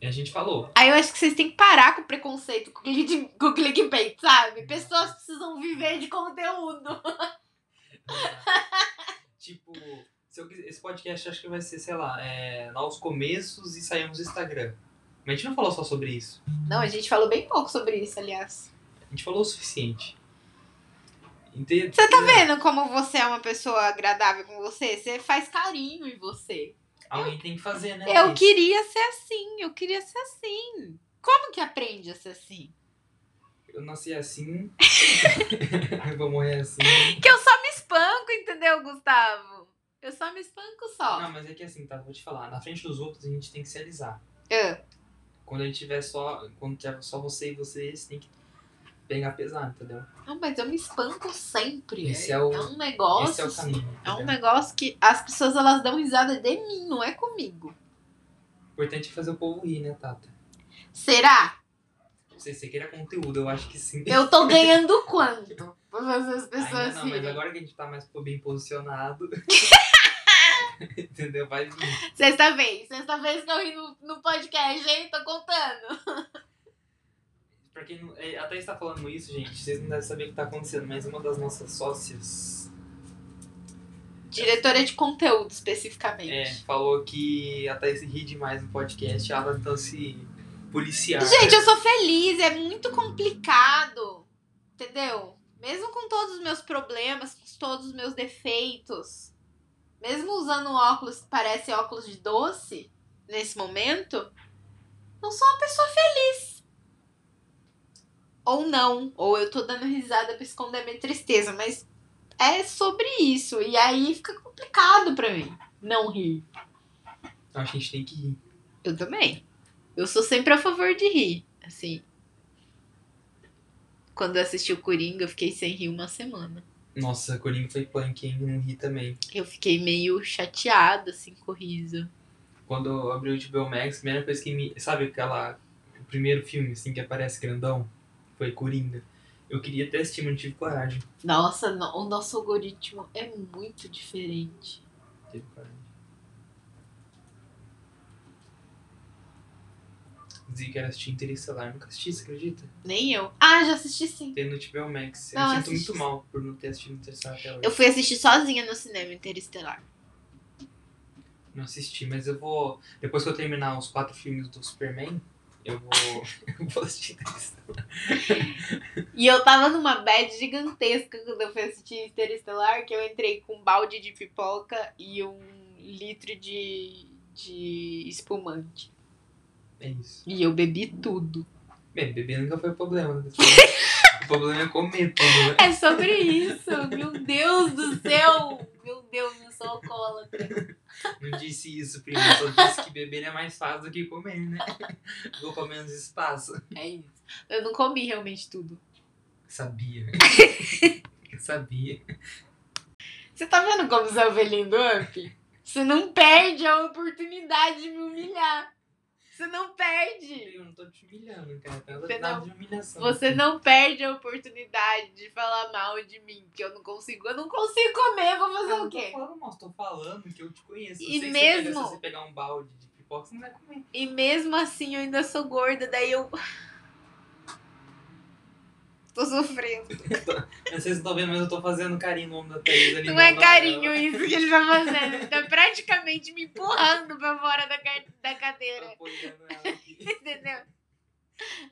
Speaker 1: a gente falou.
Speaker 2: Aí eu acho que vocês têm que parar com o preconceito, com o click- com o clickbait, sabe? Pessoas precisam viver de conteúdo.
Speaker 1: tipo, se eu quis- esse podcast acho que vai ser, sei lá, é, Novos Começos e saímos do Instagram. Mas a gente não falou só sobre isso.
Speaker 2: Não, a gente falou bem pouco sobre isso, aliás.
Speaker 1: A gente falou o suficiente. né? Entende?
Speaker 2: Você tá vendo como você é uma pessoa agradável com você? Você faz carinho em você.
Speaker 1: Alguém tem que fazer, né?
Speaker 2: Eu
Speaker 1: Thaís?
Speaker 2: queria ser assim, eu queria ser assim. Como que aprende a ser assim?
Speaker 1: Eu nasci assim. eu vou morrer assim.
Speaker 2: Que eu só me espanco, entendeu, Gustavo? Eu só me espanco só.
Speaker 1: Não, mas é que assim, tá? Vou te falar. Na frente dos outros, a gente tem que se alisar.
Speaker 2: Ah,
Speaker 1: Quando a gente tiver só. Quando tiver só você e você, você tem que pegar pesado, entendeu?
Speaker 2: Não, mas eu me espanco sempre.
Speaker 1: Esse é o-
Speaker 2: um negócio.
Speaker 1: Esse é o caminho.
Speaker 2: é um
Speaker 1: entendeu?
Speaker 2: negócio que as pessoas elas dão risada de mim, não é comigo.
Speaker 1: O importante é fazer o povo rir, né, Tata?
Speaker 2: Será?
Speaker 1: Não sei se você queria conteúdo, eu acho que sim.
Speaker 2: Eu tô ganhando quanto? Pra fazer as
Speaker 1: Ainda
Speaker 2: pessoas
Speaker 1: não, mas
Speaker 2: rirem?
Speaker 1: agora que a gente tá mais bem posicionado. entendeu? Vai vir.
Speaker 2: Sexta vez. Sexta vez que eu ri no, no podcast, hein? Tô contando.
Speaker 1: Pra quem não. é, A Thaís tá falando isso, gente. Vocês não devem saber o que tá acontecendo, mas uma das nossas sócias
Speaker 2: Diretora de conteúdo, especificamente.
Speaker 1: é, falou que a Thaís ri demais no podcast. Ela tá se policiar.
Speaker 2: Gente, eu sou feliz, é muito complicado, entendeu? Mesmo com todos os meus problemas, com todos os meus defeitos, mesmo usando um óculos que parece óculos de doce, nesse momento, não sou uma pessoa feliz. Ou não, ou eu tô dando risada pra esconder minha tristeza, mas é sobre isso. E aí fica complicado pra mim não rir.
Speaker 1: Eu Então acho que a gente tem que rir.
Speaker 2: Eu também. Eu sou sempre a favor de rir, assim. Quando eu assisti o Coringa, eu fiquei sem rir uma semana.
Speaker 1: Nossa, Coringa foi punk, hein? Não ri também.
Speaker 2: Eu fiquei meio chateada, assim, com o riso.
Speaker 1: Quando eu abri o HBO Max, a primeira coisa que me. Sabe aquela. O primeiro filme, assim, que aparece grandão? Foi Coringa. Eu queria até assistir, mas não tive coragem.
Speaker 2: Nossa, no- o nosso algoritmo é muito diferente.
Speaker 1: Teve coragem. Dizia que era assistir Interestelar, nunca assisti, você acredita?
Speaker 2: Nem eu. Ah, já assisti sim.
Speaker 1: Tem no HBO Max. Eu
Speaker 2: Não,
Speaker 1: me sinto
Speaker 2: assisti
Speaker 1: muito mal por não ter assistido Interestelar até hoje.
Speaker 2: Eu fui assistir sozinha no cinema Interestelar.
Speaker 1: Não assisti, mas eu vou. Depois que eu terminar os quatro filmes do Superman, eu vou. eu vou assistir Interestelar.
Speaker 2: E eu tava numa bad gigantesca quando eu fui assistir Interestelar, que eu entrei com um balde de pipoca e um litro de, de espumante.
Speaker 1: É isso.
Speaker 2: E eu bebi tudo.
Speaker 1: Bem, beber nunca foi o problema. né? o problema é comer tudo, né?
Speaker 2: É sobre isso. Meu Deus do céu. Meu Deus, eu sou alcoólatra.
Speaker 1: Não disse isso, primo. Só disse que beber é mais fácil do que comer, né? Ocupa menos espaço.
Speaker 2: É isso. Eu não comi realmente tudo.
Speaker 1: Sabia. Sabia.
Speaker 2: Você tá vendo como você é o Velindo Up? Você não perde a oportunidade de me humilhar. Você não perde.
Speaker 1: Eu não tô te humilhando, cara. Ela
Speaker 2: Você
Speaker 1: tá
Speaker 2: não-
Speaker 1: de humilhação.
Speaker 2: Você não perde a oportunidade de falar mal de mim, que eu não consigo. Eu não consigo comer, vou fazer
Speaker 1: Eu não
Speaker 2: o quê?
Speaker 1: Tô falando, mal, tô falando que eu te conheço. Eu
Speaker 2: E
Speaker 1: sei que
Speaker 2: mesmo-
Speaker 1: Você pega, se você pegar um balde de pipoca, você não vai comer.
Speaker 2: E mesmo assim eu ainda sou gorda, daí eu. Tô sofrendo.
Speaker 1: Eu não sei se estão vendo, mas eu tô fazendo carinho no ombro da Thaís ali.
Speaker 2: Não é
Speaker 1: mandando
Speaker 2: carinho
Speaker 1: ela.
Speaker 2: isso que ele tá fazendo. Ele tá praticamente me empurrando pra fora da, ca- da cadeira.
Speaker 1: Apoiando ela aqui.
Speaker 2: Entendeu?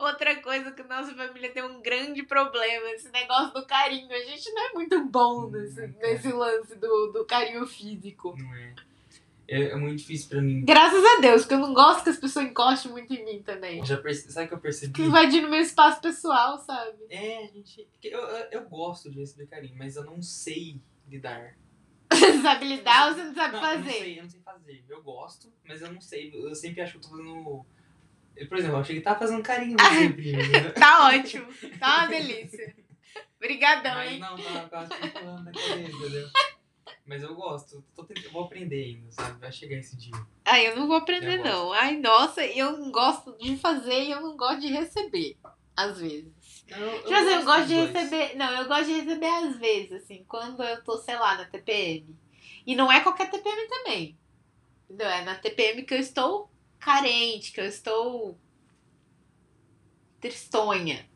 Speaker 2: Outra coisa que nossa família tem um grande problema, esse negócio do carinho. A gente não é muito
Speaker 1: Hum,
Speaker 2: bom
Speaker 1: é.
Speaker 2: nesse, nesse lance do, do carinho físico.
Speaker 1: Não é. é. é muito difícil pra mim.
Speaker 2: Graças a Deus, porque eu não gosto que as pessoas encostem muito em mim também.
Speaker 1: Eu Já perce... Sabe o que eu percebi?
Speaker 2: Que invadindo meu espaço pessoal, sabe?
Speaker 1: É, gente. Eu, eu, eu gosto de receber carinho, mas eu não sei lidar.
Speaker 2: Você sabe lidar ou você não sabe
Speaker 1: Não, Eu não
Speaker 2: fazer?
Speaker 1: sei, eu não sei fazer. Eu gosto, mas eu não sei. Eu sempre acho que eu tô fazendo. Eu, Por exemplo, eu achei que tava fazendo carinho no
Speaker 2: Ah,
Speaker 1: seu primo. né?
Speaker 2: Tá ótimo. Tá uma delícia. Obrigadão,
Speaker 1: Mas
Speaker 2: hein?
Speaker 1: não, tava quase pulando na cabeça, entendeu? Mas eu gosto. Tô tentando- eu vou aprender ainda, sabe? Vai chegar esse dia.
Speaker 2: Ai, eu não vou aprender,
Speaker 1: Eu gosto.
Speaker 2: não. Ai, nossa, eu não gosto de fazer e eu não gosto de receber, às vezes.
Speaker 1: Eu, eu
Speaker 2: Tipo assim, eu gosto de
Speaker 1: dos dois.
Speaker 2: receber. Não, eu gosto de receber às vezes, assim, quando eu tô, sei lá, na TPM. E não é qualquer TPM também. Não, é na TPM que eu estou carente, que eu estou tristonha.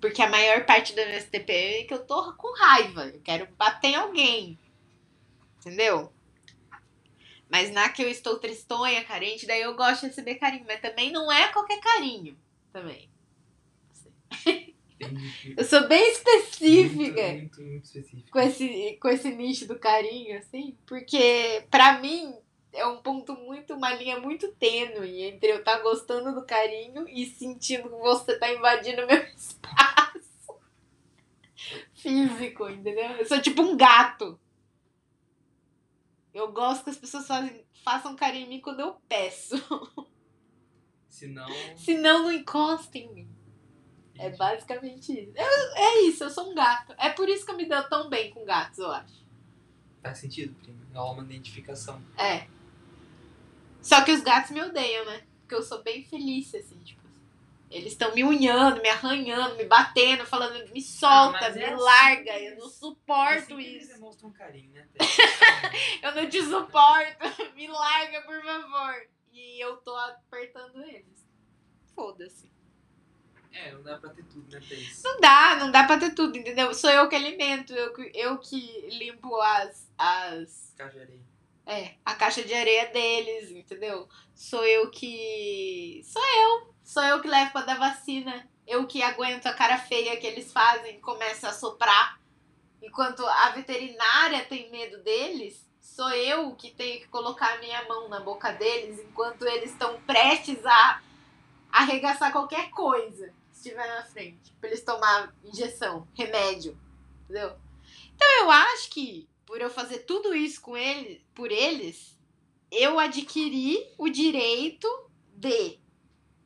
Speaker 2: Porque a maior parte da minha TPM é que eu tô com raiva. Eu quero bater em alguém. Entendeu? Mas na que eu estou tristonha, carente, daí eu gosto de receber carinho. Mas também não é qualquer carinho. Também.
Speaker 1: Entendi.
Speaker 2: Eu sou bem específica
Speaker 1: Muito, muito, muito específico.
Speaker 2: com, esse, com esse nicho do carinho, assim, porque pra mim é um ponto muito, uma linha muito tênue entre eu estar gostando do carinho e sentindo que você tá invadindo meu espaço físico, entendeu? Eu sou tipo um gato. Eu gosto que as pessoas fazem, façam carinho em mim quando eu peço.
Speaker 1: Senão.
Speaker 2: Senão, não encostem em mim. É basicamente isso. Eu- é isso, eu sou um gato. É por isso que eu me dou tão bem com gatos, eu acho.
Speaker 1: Faz sentido, primo. É uma identificação.
Speaker 2: É. Só que os gatos me odeiam, né? Porque eu sou bem feliz, assim, tipo. Eles estão me unhando, me arranhando, me batendo, falando, me solta,
Speaker 1: Ah, mas
Speaker 2: me
Speaker 1: é assim
Speaker 2: larga, eu
Speaker 1: mesmo.
Speaker 2: não
Speaker 1: Mas
Speaker 2: suporto
Speaker 1: sempre Eles
Speaker 2: isso.
Speaker 1: demonstram um carinho, né?
Speaker 2: Eu não te suporto, me larga, por favor. E eu tô apertando eles. Foda-se.
Speaker 1: é, não dá pra ter tudo, né, Thaís?
Speaker 2: Não dá, não dá pra ter tudo, entendeu? Sou eu que alimento, eu, que- eu que limpo as, as.
Speaker 1: Cajarei.
Speaker 2: É, a caixa de areia deles, entendeu? Sou eu que. Sou eu. Sou eu que levo pra dar vacina. Eu que aguento a cara feia que eles fazem, começa a soprar. Enquanto a veterinária tem medo deles, sou eu que tenho que colocar a minha mão na boca deles enquanto eles estão prestes a arregaçar qualquer coisa que estiver na frente. Pra eles tomar injeção, remédio, entendeu? Então eu acho que por eu fazer tudo isso com eles, por eles, eu adquiri o direito de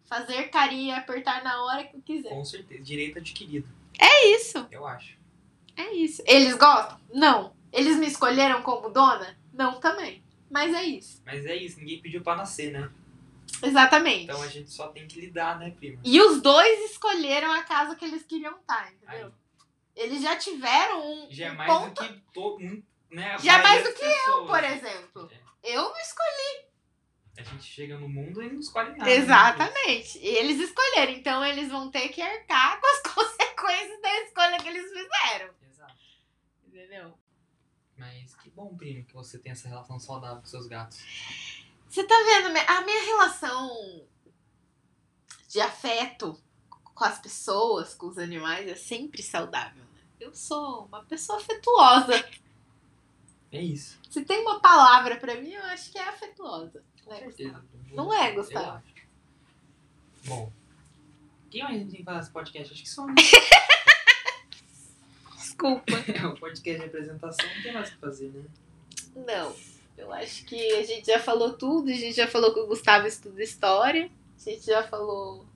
Speaker 2: fazer carinho e apertar na hora que eu quiser.
Speaker 1: Com certeza. Direito adquirido,
Speaker 2: É isso.
Speaker 1: eu acho.
Speaker 2: É isso. Eles gostam? Não. Eles me escolheram como dona? Não também. Mas é isso.
Speaker 1: Mas é isso, ninguém pediu pra nascer, né?
Speaker 2: Exatamente.
Speaker 1: Então a gente só tem que lidar, né, primo?
Speaker 2: E os dois escolheram a casa que eles queriam estar, entendeu?
Speaker 1: Aí,
Speaker 2: Eles já tiveram um,
Speaker 1: já é
Speaker 2: um
Speaker 1: mais um
Speaker 2: ponto,
Speaker 1: do que todo mundo, né? a
Speaker 2: Já é mais
Speaker 1: maioria
Speaker 2: do
Speaker 1: das pessoas.
Speaker 2: por exemplo. Eu não escolhi.
Speaker 1: É. A gente chega no mundo e não escolhe
Speaker 2: Ah,
Speaker 1: nada. né,
Speaker 2: Exatamente. E eles escolheram. Então eles vão ter que arcar com as consequências da escolha que eles fizeram.
Speaker 1: primo? Exato.
Speaker 2: Entendeu?
Speaker 1: Mas que bom, primo, que você tem essa relação saudável com seus gatos.
Speaker 2: Você tá vendo? me- A minha relação de afeto com as pessoas, com os animais, é sempre saudável. né? Eu sou uma pessoa afetuosa.
Speaker 1: É isso.
Speaker 2: Se tem uma palavra pra mim, eu acho que é afetuosa.
Speaker 1: Com
Speaker 2: Né,
Speaker 1: certeza.
Speaker 2: Gustavo?
Speaker 1: primo.
Speaker 2: Não é,
Speaker 1: Eu
Speaker 2: Gustavo?
Speaker 1: acho. Bom. Quem mais a gente tem que falar nesse podcast? Acho que só né?
Speaker 2: Desculpa.
Speaker 1: o um podcast de apresentação não tem mais o que fazer, né?
Speaker 2: Não. Eu acho que a gente já falou tudo. A gente já falou que o Gustavo estuda história. A gente já falou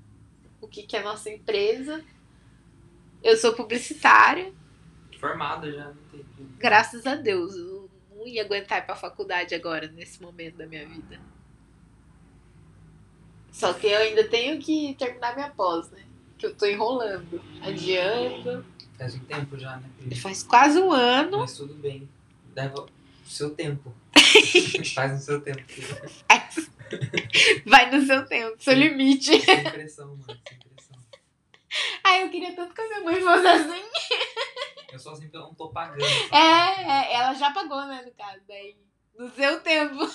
Speaker 2: o que, que é a nossa empresa. Eu sou publicitária.
Speaker 1: Formada já, não tem. primo.
Speaker 2: Graças a Deus. Eu não ia aguentar ir pra faculdade agora, nesse momento da minha vida. Só que eu ainda tenho que terminar minha pós, né? Que eu tô enrolando, adiando.
Speaker 1: Faz um tempo já, né, primo?
Speaker 2: Faz quase um ano.
Speaker 1: Mas tudo bem. Leva o seu tempo. Faz no seu tempo. filho.
Speaker 2: Vai no seu tempo, seu limite.
Speaker 1: Sem pressão, mano. Sem pressão.
Speaker 2: Ai, eu queria tanto que a minha mãe fosse assim.
Speaker 1: Eu só assim, eu não tô pagando. sabe?
Speaker 2: É, é, ela já pagou, né, no caso, daí. No seu tempo.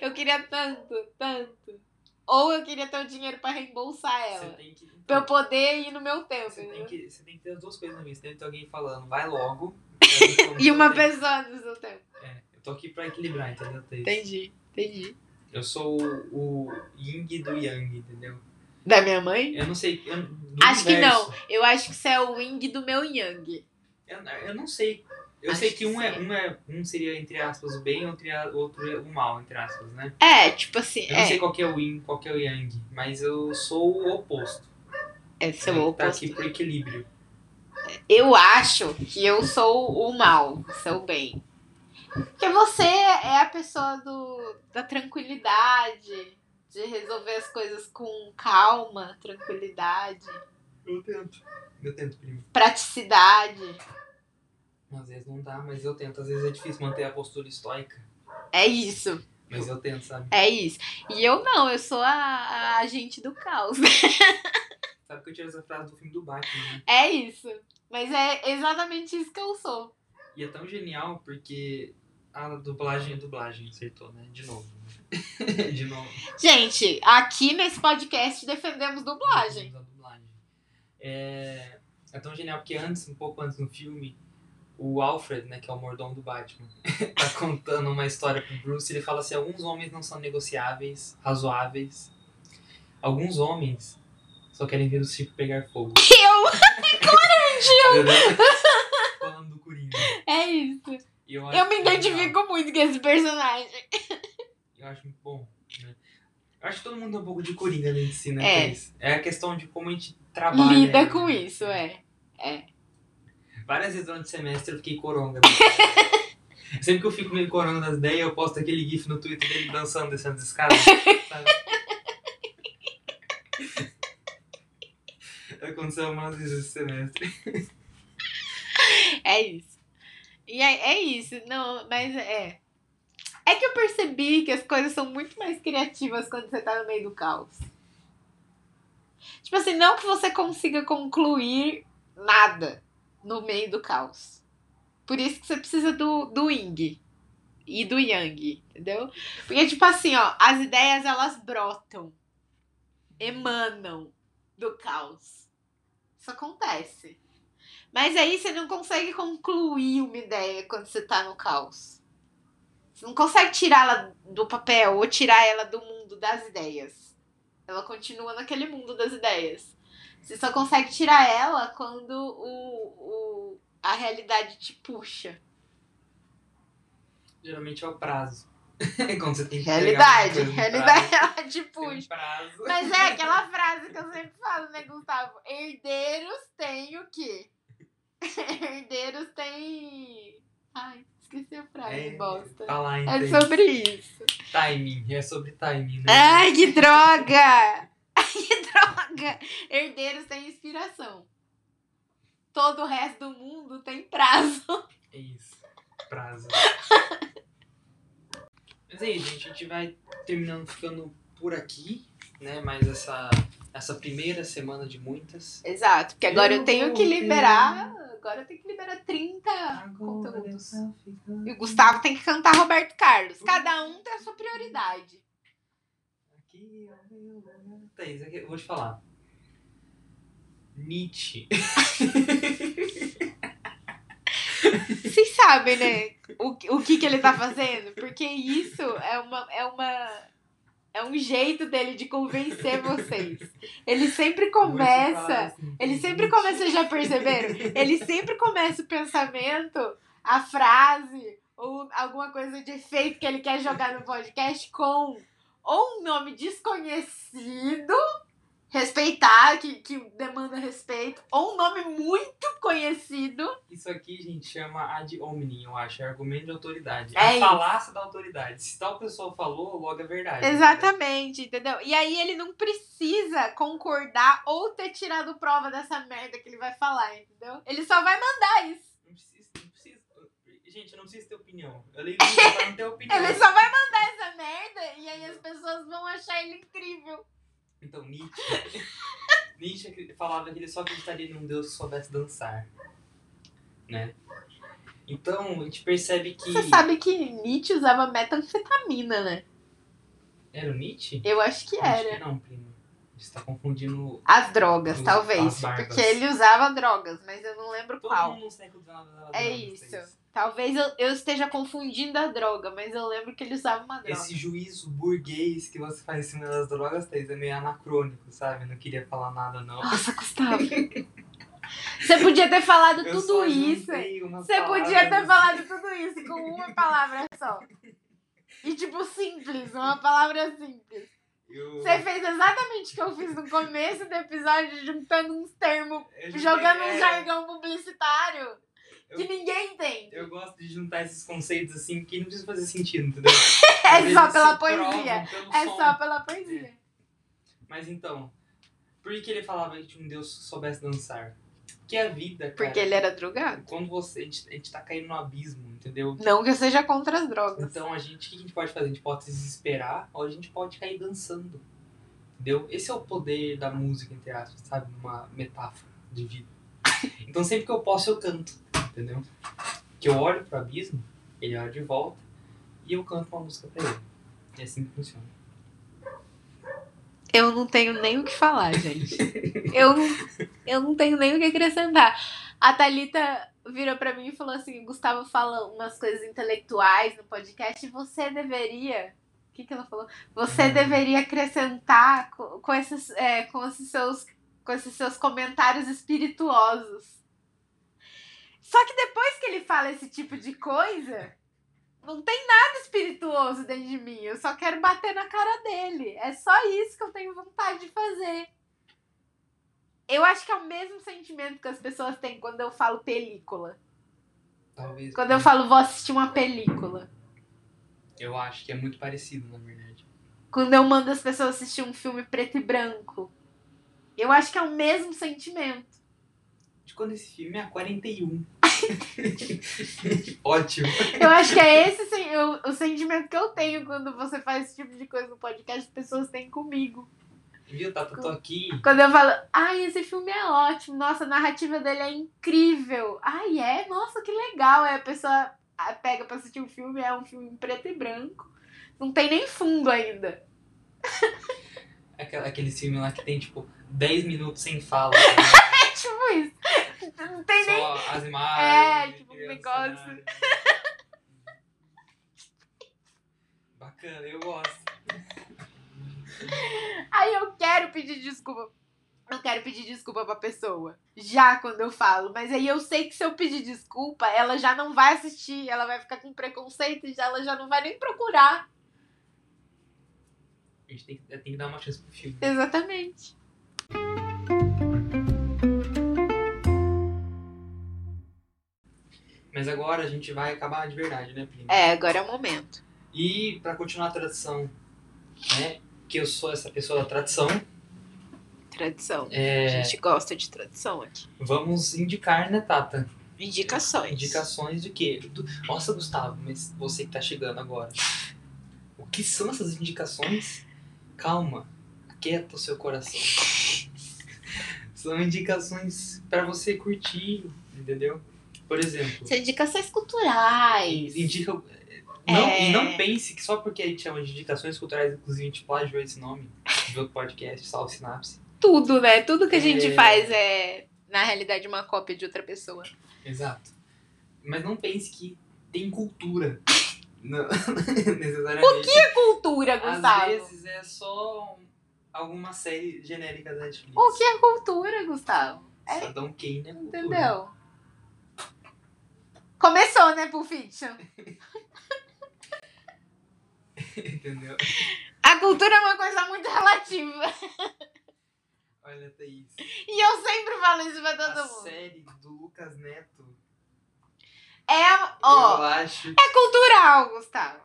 Speaker 2: Eu queria tanto, tanto. Ou eu queria ter o dinheiro pra reembolsar
Speaker 1: Você
Speaker 2: ela.
Speaker 1: tem que. então,
Speaker 2: Pra eu poder ir no meu tempo. né?
Speaker 1: Você tem
Speaker 2: entendeu?
Speaker 1: que, você tem que ter as duas coisas na vida. Você tem que ter alguém falando, vai logo. Eu tô no
Speaker 2: E
Speaker 1: seu
Speaker 2: uma
Speaker 1: tempo.
Speaker 2: pessoa no seu tempo.
Speaker 1: É, eu tô aqui pra equilibrar, entendeu, Thaís?
Speaker 2: Entendi, entendi.
Speaker 1: Eu sou o, o Ying do Yang, entendeu?
Speaker 2: Da minha mãe?
Speaker 1: Eu não sei. eu- do
Speaker 2: Acho que
Speaker 1: universo.
Speaker 2: não. Eu acho que você é o Wing do meu Yang.
Speaker 1: Eu, eu não sei. Eu
Speaker 2: Acho
Speaker 1: sei
Speaker 2: que
Speaker 1: que um, é,
Speaker 2: sim.
Speaker 1: um, é, um seria, entre aspas, o bem, outro é, outro é o mal, entre aspas, né?
Speaker 2: É, tipo assim,
Speaker 1: Eu não sei
Speaker 2: é.
Speaker 1: qual que é o yin, qual que é o yang, mas eu sou o oposto.
Speaker 2: É seu
Speaker 1: Ele Tá
Speaker 2: oposto.
Speaker 1: aqui pro equilíbrio.
Speaker 2: Eu acho que eu sou o mal, você é o bem. Porque você é a pessoa do, da tranquilidade, de resolver as coisas com calma, tranquilidade,
Speaker 1: Eu tento. Eu tento, primo.
Speaker 2: praticidade.
Speaker 1: Às vezes não dá, mas eu tento. Às vezes é difícil manter a postura estoica,
Speaker 2: É isso,
Speaker 1: mas eu tento, sabe?
Speaker 2: é isso. E eu não, eu sou a, a agente do caos.
Speaker 1: Sabe que eu tirei essa frase do filme do Batman, né?
Speaker 2: É isso. Mas é exatamente isso que eu sou.
Speaker 1: E é tão genial porque a dublagem é dublagem, acertou, né? De novo. né? De novo.
Speaker 2: Gente, aqui nesse podcast defendemos dublagem.
Speaker 1: Da dublagem. É, é tão genial porque antes, um pouco antes no filme, o Alfred, né, que é o mordomo do Batman, tá contando uma história pro Bruce. Ele fala assim: alguns homens não são negociáveis, razoáveis. Alguns homens só querem ver o circo pegar fogo.
Speaker 2: Eu!
Speaker 1: Entendeu? Falando do Coringa.
Speaker 2: É isso.
Speaker 1: E acho
Speaker 2: Eu me
Speaker 1: que é legal.
Speaker 2: identifico muito com esse personagem.
Speaker 1: Eu acho muito bom. né? Eu acho que todo mundo é um pouco de coringa na medicina.
Speaker 2: É.
Speaker 1: Cris. É a questão de como a gente trabalha. né?
Speaker 2: Lida com isso, é.
Speaker 1: Várias vezes durante o semestre eu fiquei coronga. Sempre que eu fico meio coronga das ideias, eu posto aquele gif no Twitter dele dançando, descendo as escadas. sabe? Aconteceu umas vezes esse semestre.
Speaker 2: É isso. E é, é isso. Não, mas é. É que eu percebi que as coisas são muito mais criativas quando você tá no meio do caos. Tipo assim, não que você consiga concluir nada no meio do caos. Por isso que você precisa do, do Ying e do Yang, entendeu? Porque, tipo assim, ó, as ideias elas brotam, emanam do caos. Isso acontece. Mas aí você não consegue concluir uma ideia quando você tá no caos. Você não consegue tirá-la do papel ou tirar ela do mundo das ideias. Ela continua naquele mundo das ideias. Você só consegue tirar ela quando o, o, a realidade te puxa.
Speaker 1: Geralmente é o prazo. Quando você tem que pegar
Speaker 2: Realidade,
Speaker 1: alguma coisa no
Speaker 2: realidade ela te
Speaker 1: prazo, tem
Speaker 2: puxa.
Speaker 1: um prazo.
Speaker 2: Mas é aquela frase que eu sempre falo, né, Gustavo? Herdeiros têm o quê? Herdeiros têm. Ai, esqueci a frase,
Speaker 1: É,
Speaker 2: bosta.
Speaker 1: Tá lá,
Speaker 2: É
Speaker 1: entende?
Speaker 2: sobre isso.
Speaker 1: Timing. É sobre timing, né?
Speaker 2: Ai, que droga! Ai, que droga! Herdeiros têm inspiração. Todo o resto do mundo tem prazo.
Speaker 1: É isso. Prazo. Mas é isso, gente. A gente vai terminando ficando por aqui, né? Mas essa, essa primeira semana de muitas.
Speaker 2: Exato, porque agora eu tenho que
Speaker 1: Eu vou
Speaker 2: liberar. Agora eu tenho que liberar 30
Speaker 1: Agora eu
Speaker 2: conteúdos.
Speaker 1: só fico
Speaker 2: E o Gustavo tem que cantar Roberto Carlos. Cada um tem a sua prioridade.
Speaker 1: aqui, ao meu lugar. Thaís, aqui, eu vou te falar. Nietzsche.
Speaker 2: Vocês sabem, né? O, que- o que, que ele tá fazendo? Porque isso é uma. É uma... É um jeito dele de convencer vocês. Ele sempre
Speaker 1: Vou te falar
Speaker 2: começa.
Speaker 1: assim,
Speaker 2: Ele sempre
Speaker 1: Nietzsche.
Speaker 2: começa, vocês já perceberam? Ele sempre começa o pensamento, a frase, ou alguma coisa de efeito que ele quer jogar no podcast com ou um nome desconhecido, respeitar, que, que demanda respeito, ou um nome muito conhecido.
Speaker 1: Isso aqui, gente, chama ad hominem, eu acho. É argumento de autoridade.
Speaker 2: É
Speaker 1: É a
Speaker 2: isso.
Speaker 1: falácia da autoridade. Se tal pessoa falou, logo é verdade.
Speaker 2: Exatamente, entendeu? E aí ele não precisa concordar ou ter tirado prova dessa merda que ele vai falar, entendeu? Ele só vai mandar isso.
Speaker 1: Não precisa, não precisa. Gente, eu não preciso ter opinião. Eu leio livro pra não ter opinião.
Speaker 2: Ele só vai mandar essa merda e aí as pessoas vão achar ele incrível.
Speaker 1: Então, Nietzsche. Nietzsche acri- falava que ele só acreditaria num Deus que soubesse dançar. Né? Então, a gente percebe que.
Speaker 2: Você sabe que Nietzsche usava metanfetamina, né?
Speaker 1: Era o Nietzsche?
Speaker 2: Eu acho que
Speaker 1: Acho que
Speaker 2: era.
Speaker 1: não, primo. Você tá confundindo.
Speaker 2: As drogas,
Speaker 1: Os-
Speaker 2: talvez.
Speaker 1: as barbas.
Speaker 2: Porque ele usava drogas, mas eu não lembro
Speaker 1: Todo
Speaker 2: qual.
Speaker 1: mundo no século XIX usava
Speaker 2: É
Speaker 1: drogas,
Speaker 2: isso.
Speaker 1: Thaís.
Speaker 2: Talvez eu, eu esteja confundindo a droga, mas eu lembro que ele usava uma droga.
Speaker 1: Esse juízo burguês que você faz em cima das drogas, Thaís, é meio anacrônico, sabe? Eu não queria falar nada, não.
Speaker 2: Nossa, Gustavo. Você podia ter falado
Speaker 1: Eu
Speaker 2: tudo
Speaker 1: só
Speaker 2: isso.
Speaker 1: juntei umas
Speaker 2: Você podia ter
Speaker 1: palavras.
Speaker 2: falado tudo isso com uma palavra só. E tipo, simples, uma palavra simples.
Speaker 1: Eu-
Speaker 2: Você fez exatamente o que eu fiz no começo do episódio, juntando uns termos,
Speaker 1: eu juntei-
Speaker 2: jogando um
Speaker 1: é,
Speaker 2: jargão publicitário que
Speaker 1: Eu-
Speaker 2: ninguém entende.
Speaker 1: Eu gosto de juntar esses conceitos assim que não precisa fazer sentido, entendeu? Às
Speaker 2: É
Speaker 1: vezes
Speaker 2: só
Speaker 1: eles
Speaker 2: pela
Speaker 1: se provam
Speaker 2: poesia.
Speaker 1: pelo
Speaker 2: É
Speaker 1: som.
Speaker 2: só pela poesia.
Speaker 1: Mas então, por que ele falava que um Deus soubesse dançar? Porque a vida, cara,
Speaker 2: Porque ele é era drogado.
Speaker 1: quando você. A gente, a gente tá caindo no abismo, entendeu?
Speaker 2: Não que eu seja contra as drogas.
Speaker 1: Então a gente, o que a gente pode fazer? A gente pode se desesperar ou a gente pode cair dançando. Entendeu? Esse é o poder da música, entre aspas, sabe? Uma metáfora de vida. Então sempre que eu posso, eu canto, entendeu? Que eu olho pro abismo, ele olha de volta e eu canto uma música pra ele. E é assim que funciona.
Speaker 2: Eu não tenho nem o que falar, gente. Eu não, eu não tenho nem o que acrescentar. A Thalita virou pra mim e falou assim: Gustavo fala umas coisas intelectuais no podcast e você deveria. O que, que ela falou? Você
Speaker 1: Hum.
Speaker 2: deveria acrescentar co- com, esses, é, com, esses seus, com esses seus comentários espirituosos. Só que depois que ele fala esse tipo de coisa, não tem nada espirituoso dentro de mim. Eu só quero bater na cara dele. É só isso que eu tenho vontade de fazer. Eu acho que é o mesmo sentimento que as pessoas têm quando eu falo película.
Speaker 1: Talvez.
Speaker 2: Quando eu falo vou assistir uma película.
Speaker 1: Eu acho que é muito parecido, na verdade.
Speaker 2: Quando eu mando as pessoas assistir um filme preto e branco. Eu acho que é o mesmo sentimento.
Speaker 1: De quando esse filme é a 41. Ótimo.
Speaker 2: Eu acho que é esse sen- o, o sentimento que eu tenho quando você faz esse tipo de coisa no podcast, as pessoas têm comigo.
Speaker 1: Viu, Tata? Tô aqui.
Speaker 2: Quando eu falo, ai, esse filme é ótimo, nossa, a narrativa dele é incrível. Ai, é? Nossa, que legal. Aí a pessoa ah, pega pra assistir um filme, é um filme em preto e branco. Não tem nem fundo ainda.
Speaker 1: Aquela, aquele filme lá que tem, tipo, 10 minutos sem fala. né?
Speaker 2: É tipo isso. Não tem nem.
Speaker 1: Só as imagens.
Speaker 2: É, tipo, um
Speaker 1: criando
Speaker 2: negócio.
Speaker 1: cenário. Bacana, eu gosto.
Speaker 2: Aí eu quero pedir desculpa. Eu quero pedir desculpa pra pessoa. Já quando eu falo. Mas aí eu sei que se eu pedir desculpa, ela já não vai assistir, ela vai ficar com preconceito e já- ela já não vai nem procurar.
Speaker 1: A gente tem, que- tem que dar uma chance pro filme.
Speaker 2: Exatamente.
Speaker 1: Mas agora a gente vai acabar de verdade, né, primo?
Speaker 2: É, agora é o momento.
Speaker 1: E pra continuar a tradição, né? Que eu sou essa pessoa da tradição.
Speaker 2: Tradição.
Speaker 1: É,
Speaker 2: A gente gosta de tradição aqui.
Speaker 1: vamos indicar, né, Tata?
Speaker 2: Indicações.
Speaker 1: Indicações de quê? Do- Nossa, Gustavo, mas você que tá chegando agora. O que são essas indicações? Calma, aquieta o seu coração. são indicações pra você curtir, entendeu? Por exemplo,
Speaker 2: São é indicações culturais.
Speaker 1: indica. Não,
Speaker 2: É.
Speaker 1: E não pense que só porque a gente chama de indicações culturais, inclusive a gente plagiou esse nome de outro podcast, Salve Sinapse.
Speaker 2: Tudo, né? Tudo que a gente
Speaker 1: É.
Speaker 2: faz é, na realidade, uma cópia de outra pessoa.
Speaker 1: Exato. Mas não pense que tem cultura. Não, necessariamente.
Speaker 2: Cultura,
Speaker 1: Às
Speaker 2: Gustavo.
Speaker 1: vezes é só um- alguma série genérica da Netflix.
Speaker 2: O que é cultura, Gustavo? é?
Speaker 1: Cidadão Kane é cultura.
Speaker 2: Entendeu? Começou, né, Pulp Fiction?
Speaker 1: Entendeu?
Speaker 2: A cultura é uma coisa muito relativa.
Speaker 1: Olha, Thaís.
Speaker 2: E eu sempre falo isso pra todo
Speaker 1: a
Speaker 2: mundo.
Speaker 1: série do Lucas Neto,
Speaker 2: É, ó,
Speaker 1: eu acho
Speaker 2: é cultural, Gustavo.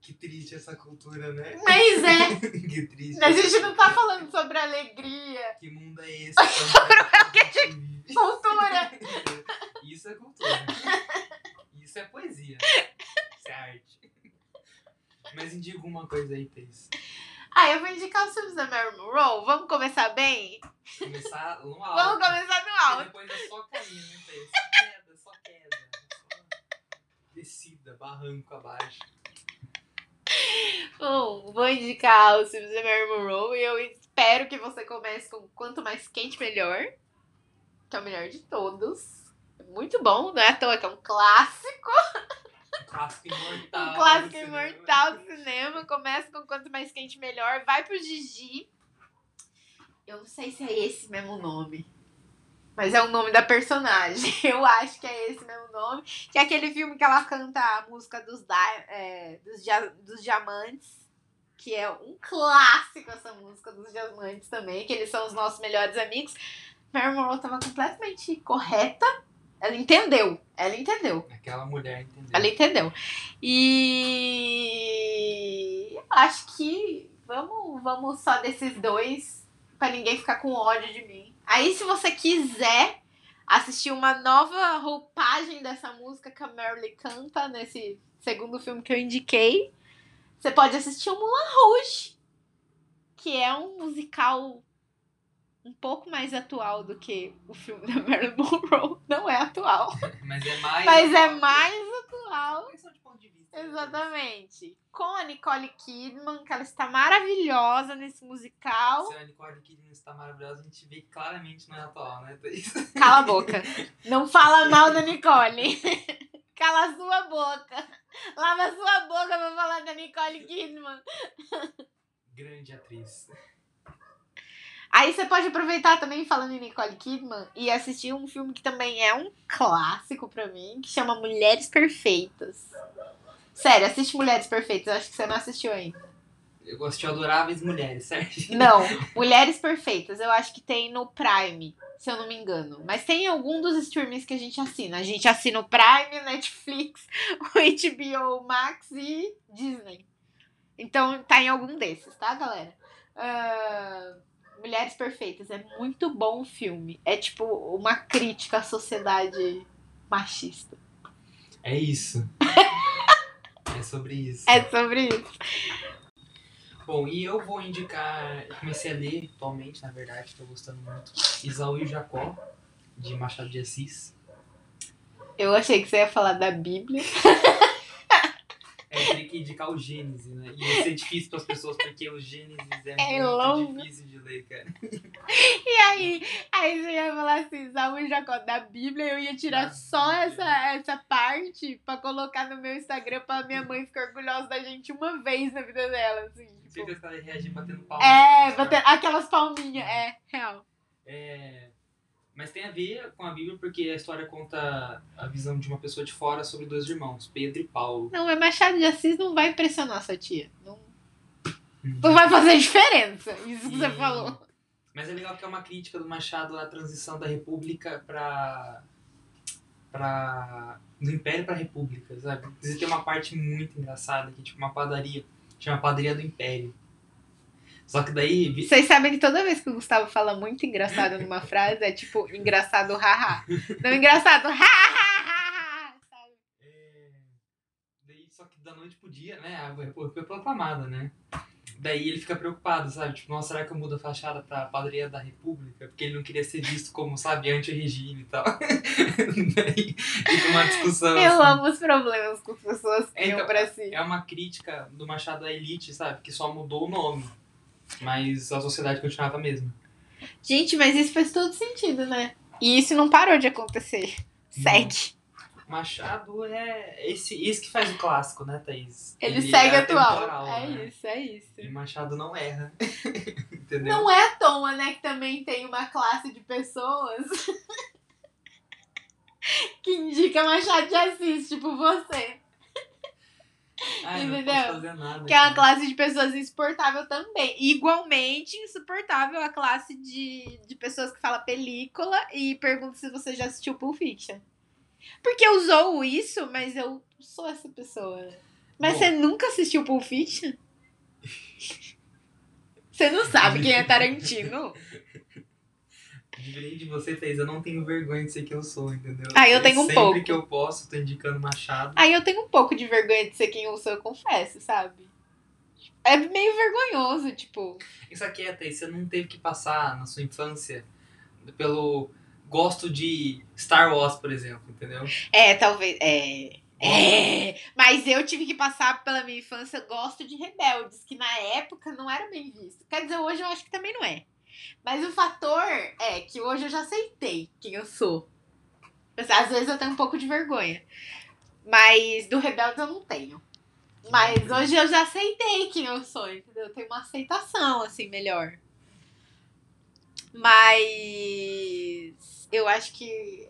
Speaker 1: que triste essa cultura, né?
Speaker 2: Mas é.
Speaker 1: que triste.
Speaker 2: A gente não tá falando sobre alegria,
Speaker 1: Que mundo é esse? que a gente vive?
Speaker 2: cultura.
Speaker 1: Isso é cultura. Isso é poesia. Isso é arte. Mas indica alguma coisa aí, Thaís.
Speaker 2: Ah, eu vou indicar os filmes da Mary Monroe. Vamos começar bem?
Speaker 1: Começar no alto.
Speaker 2: Vamos começar no
Speaker 1: Porque
Speaker 2: alto.
Speaker 1: depois é só cair, né, Thaís? Só queda, só queda. Só descida, barranco abaixo.
Speaker 2: Bom, vou indicar os filmes da Mary Monroe e eu espero que você comece com Quanto Mais Quente Melhor, que é o melhor de todos. É Muito bom, não é à toa que é um clássico,
Speaker 1: Um clássico imortal.
Speaker 2: um clássico
Speaker 1: do cinema.
Speaker 2: imortal do cinema. Começa com Quanto Mais Quente Melhor, vai pro Gigi. Eu não sei se é esse mesmo nome, mas é o nome da personagem. Eu acho que é esse mesmo nome. Que é aquele filme que ela canta a música dos, dia- é, dos, dia- dos diamantes. Que é um clássico essa música dos diamantes também, que eles são os nossos melhores amigos. Mary Monroe tava completamente correta. Ela entendeu. Ela entendeu.
Speaker 1: Aquela mulher, entendeu?
Speaker 2: Ela entendeu. E acho que vamos, vamos só desses dois pra ninguém ficar com ódio de mim. Aí se você quiser assistir uma nova roupagem dessa música que a Marilyn canta nesse segundo filme que eu indiquei, você pode assistir o Moulin Rouge, que é um musical um pouco mais atual do que o filme da Marilyn Monroe. Não é atual,
Speaker 1: Mas é mais.
Speaker 2: mas é mais atual.
Speaker 1: Uma questão de ponto de vista. né,
Speaker 2: Exatamente. Com a Nicole Kidman, que ela está maravilhosa nesse musical.
Speaker 1: Se a Nicole Kidman está maravilhosa, um a gente vê que claramente não é atual, né, Thaís?
Speaker 2: Cala a boca. Não fala mal da Nicole. Cala a sua boca. Lava a sua boca pra falar da Nicole Kidman.
Speaker 1: Grande atriz.
Speaker 2: Aí você pode aproveitar também, falando em Nicole Kidman, e assistir um filme que também é um clássico pra mim, que chama Mulheres Perfeitas. Sério, assiste Mulheres Perfeitas. Eu acho que você não assistiu ainda.
Speaker 1: Eu gosto de adoráveis mulheres, certo?
Speaker 2: Não, Mulheres Perfeitas eu acho que tem no Prime, se eu não me engano. Mas tem em algum dos streamings que a gente assina. A gente assina o Prime, Netflix, o HBO Max e Disney. Então tá em algum desses, tá, galera? Ah, Mulheres Perfeitas é muito bom o filme. É tipo uma crítica à sociedade machista.
Speaker 1: É isso. é sobre isso.
Speaker 2: É sobre isso.
Speaker 1: Bom, e eu vou indicar. Eu comecei a ler atualmente, na verdade, tô gostando muito. Isaú e Jacó, de Machado de Assis.
Speaker 2: Eu achei que você ia falar da Bíblia.
Speaker 1: É, tem que indicar o Gênesis, né? E vai ser difícil pras pessoas, porque o Gênesis é,
Speaker 2: É
Speaker 1: muito
Speaker 2: longo.
Speaker 1: difícil de ler, cara.
Speaker 2: E aí, aí você ia falar assim, Saul e Jacó da Bíblia, eu ia tirar
Speaker 1: Da
Speaker 2: só
Speaker 1: Bíblia.
Speaker 2: essa, essa parte pra colocar no meu Instagram pra minha mãe ficar orgulhosa da gente uma vez na vida dela, assim. tipo.
Speaker 1: Fica essa reagir batendo palma.
Speaker 2: É, bater- aquelas palminhas, é, real.
Speaker 1: É, mas tem a ver com a Bíblia porque a história conta a visão de uma pessoa de fora sobre dois irmãos, Pedro e Paulo.
Speaker 2: Não, mas Machado de Assis não vai impressionar sua tia. Não, não vai fazer diferença, isso que você
Speaker 1: E-
Speaker 2: falou.
Speaker 1: Mas é legal que é uma crítica do Machado à transição da República para para do Império para República, sabe? Inclusive tem uma parte muito engraçada que é tipo uma padaria, chama Padaria do Império. Só que daí vi-
Speaker 2: Vocês sabem que toda vez que o Gustavo fala muito engraçado numa frase, é tipo, engraçado, haha. Não, engraçado, haha.
Speaker 1: É, Daí, só que da noite pro dia, né? A República foi proclamada, né? Daí ele fica preocupado, sabe? Tipo, nossa, será que eu mudo a fachada pra padaria da República? Porque ele não queria ser visto como, sabe, anti-regime e tal. Daí fica uma discussão.
Speaker 2: Eu
Speaker 1: assim.
Speaker 2: amo os problemas que as pessoas criam
Speaker 1: Então,
Speaker 2: pra si.
Speaker 1: É uma crítica do Machado à elite, sabe? Que só mudou o nome. Mas a sociedade continuava a mesma.
Speaker 2: Gente, mas isso faz todo sentido, né? E isso não parou de acontecer. Segue.
Speaker 1: Machado é esse, esse que faz o clássico, né, Thaís?
Speaker 2: Ele, segue
Speaker 1: é
Speaker 2: atual.
Speaker 1: atemporal,
Speaker 2: é
Speaker 1: né?
Speaker 2: isso, é isso.
Speaker 1: E Machado não erra. Entendeu?
Speaker 2: Não é à toa, né, que também tem uma classe de pessoas que indica Machado de Assis, tipo você.
Speaker 1: Ai,
Speaker 2: Entendeu?
Speaker 1: Ah, Não posso fazer nada.
Speaker 2: Que é
Speaker 1: cara.
Speaker 2: uma classe de pessoas insuportável também. Igualmente insuportável a classe de, de pessoas que fala película e pergunta se você já assistiu Pulp Fiction. Porque usou isso, mas eu sou essa pessoa. né? Mas
Speaker 1: Bom.
Speaker 2: você nunca assistiu Pulp Fiction? Você não sabe quem é Tarantino?
Speaker 1: Diferente de você, Thaís, eu não tenho vergonha de ser quem eu sou, entendeu?
Speaker 2: Ah, eu tenho um
Speaker 1: Sempre
Speaker 2: pouco.
Speaker 1: Sempre que eu posso, tô indicando Machado.
Speaker 2: Aí eu tenho um pouco de vergonha de ser quem eu sou, eu confesso, sabe? É meio vergonhoso, tipo.
Speaker 1: Isso aqui é, Thaís, você não teve que passar na sua infância pelo gosto de Star Wars, por exemplo, entendeu?
Speaker 2: É, talvez. É. É, mas eu tive que passar pela minha infância, eu gosto de rebeldes, que na época não era bem visto. Quer dizer, hoje eu acho que também não é. Mas o fator é que hoje eu já aceitei quem eu sou. Mas, às vezes eu tenho um pouco de vergonha. Mas do rebeldes eu não tenho. Mas hoje eu já aceitei quem eu sou, entendeu? Eu tenho uma aceitação, assim, melhor. Mas eu acho que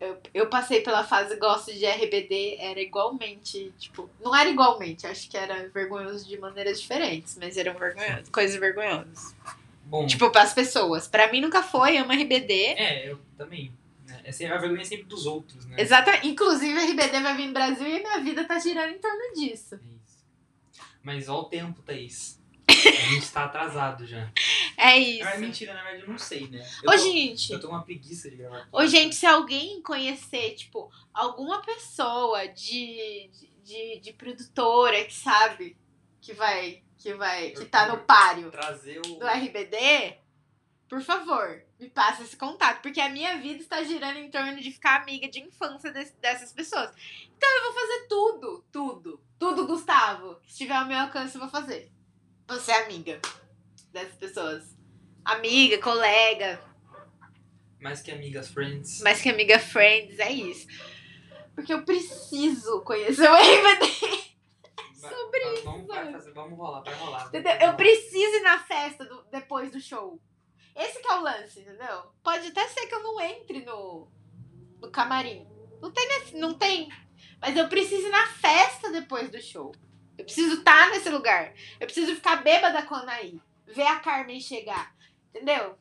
Speaker 2: eu, eu passei pela fase gosto de RBD, era igualmente, tipo, não era igualmente, acho que era vergonhoso de maneiras diferentes, mas eram vergonhoso, coisas vergonhosas.
Speaker 1: Bom,
Speaker 2: Tipo, pras pessoas. Pra mim nunca foi, amo RBD.
Speaker 1: é, eu também. né? É sempre, a vergonha é sempre dos outros, né?
Speaker 2: Exatamente. Inclusive, RBD vai vir no Brasil e minha vida tá girando em torno disso.
Speaker 1: É isso. Mas olha o tempo, Thaís. A gente tá atrasado já.
Speaker 2: É
Speaker 1: Ah,
Speaker 2: isso.
Speaker 1: mentira, na verdade eu não sei, né? Eu
Speaker 2: Ô,
Speaker 1: tô-
Speaker 2: gente.
Speaker 1: Eu tô com uma preguiça de gravar.
Speaker 2: Ô, gente, se alguém conhecer, tipo, alguma pessoa de, de, de produtora que sabe que vai, que vai, que tá no páreo
Speaker 1: Trazer o.
Speaker 2: do RBD, por favor, me passa esse contato, porque a minha vida está girando em torno de ficar amiga de infância des- dessas pessoas. Então eu vou fazer tudo, tudo, tudo, Gustavo, que estiver ao meu alcance eu vou fazer. Você é amiga dessas pessoas. Amiga, colega,
Speaker 1: Mais que amigas, friends.
Speaker 2: mais que amiga, friends, é isso. Porque eu preciso conhecer o RBD,
Speaker 1: sobre Tá, vamos, vai
Speaker 2: sabe?
Speaker 1: fazer- vamos um rolar, vai rolar.
Speaker 2: entendeu? Eu preciso ir na festa do- depois do show. Esse que é o lance, entendeu? Pode até ser que eu não entre no, no camarim. Não tem, nesse- não tem Mas eu preciso ir na festa depois do show. Eu preciso estar nesse lugar. Eu preciso ficar bêbada quando aí. Ver a Carmen chegar. Entendeu?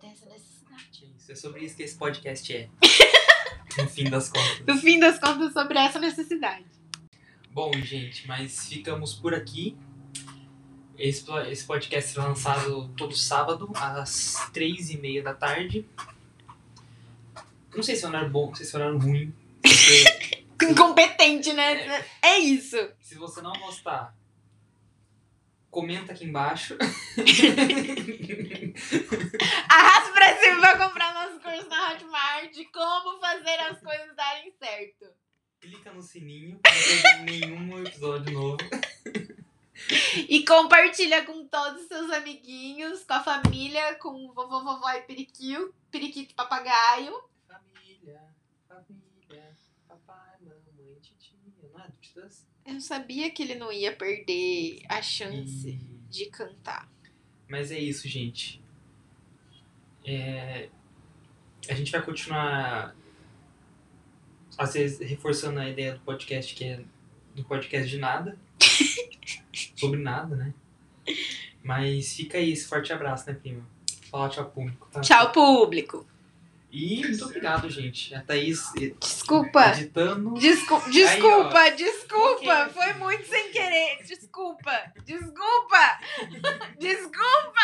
Speaker 2: Tem essa necessidade.
Speaker 1: Isso é sobre isso que esse podcast é. no fim das contas.
Speaker 2: No fim das contas, sobre essa necessidade.
Speaker 1: Bom, gente, mas ficamos por aqui. Esse, po- esse podcast será lançado todo sábado, às três e meia da tarde. Não sei se é um horário bom, não sei se é um horário ruim. Porque
Speaker 2: Incompetente, né? É isso.
Speaker 1: se você não gostar, comenta aqui embaixo.
Speaker 2: Arrasa pra cima pra comprar nosso curso na Hotmart. Como fazer as coisas darem certo.
Speaker 1: Clica no sininho pra não perder nenhum episódio novo.
Speaker 2: E compartilha com todos os seus amiguinhos, com a família, com vovô, vovó e periquito, periquito e papagaio.
Speaker 1: Família, família, papai, mamãe, titia, não é? Titas?
Speaker 2: Eu sabia que ele não ia perder a chance
Speaker 1: E-
Speaker 2: de cantar.
Speaker 1: Mas é isso, gente. É, A gente vai continuar, às vezes, reforçando a ideia do podcast, que é do podcast de nada. Sobre nada, né? Mas fica aí, esse forte abraço, né, prima? Fala tchau público, tá?
Speaker 2: Tchau, público.
Speaker 1: E muito obrigado, gente. A Thaís eh,
Speaker 2: Desculpa.
Speaker 1: editando.
Speaker 2: Desculpa, desculpa,
Speaker 1: Aí,
Speaker 2: desculpa.
Speaker 1: Ok.
Speaker 2: Foi muito sem querer. Desculpa, desculpa, desculpa.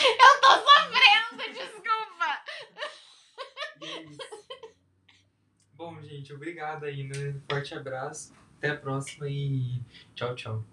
Speaker 2: Eu tô sofrendo, desculpa.
Speaker 1: E é isso. Bom, gente, obrigado aí, né? Forte abraço. Até a próxima e tchau, tchau.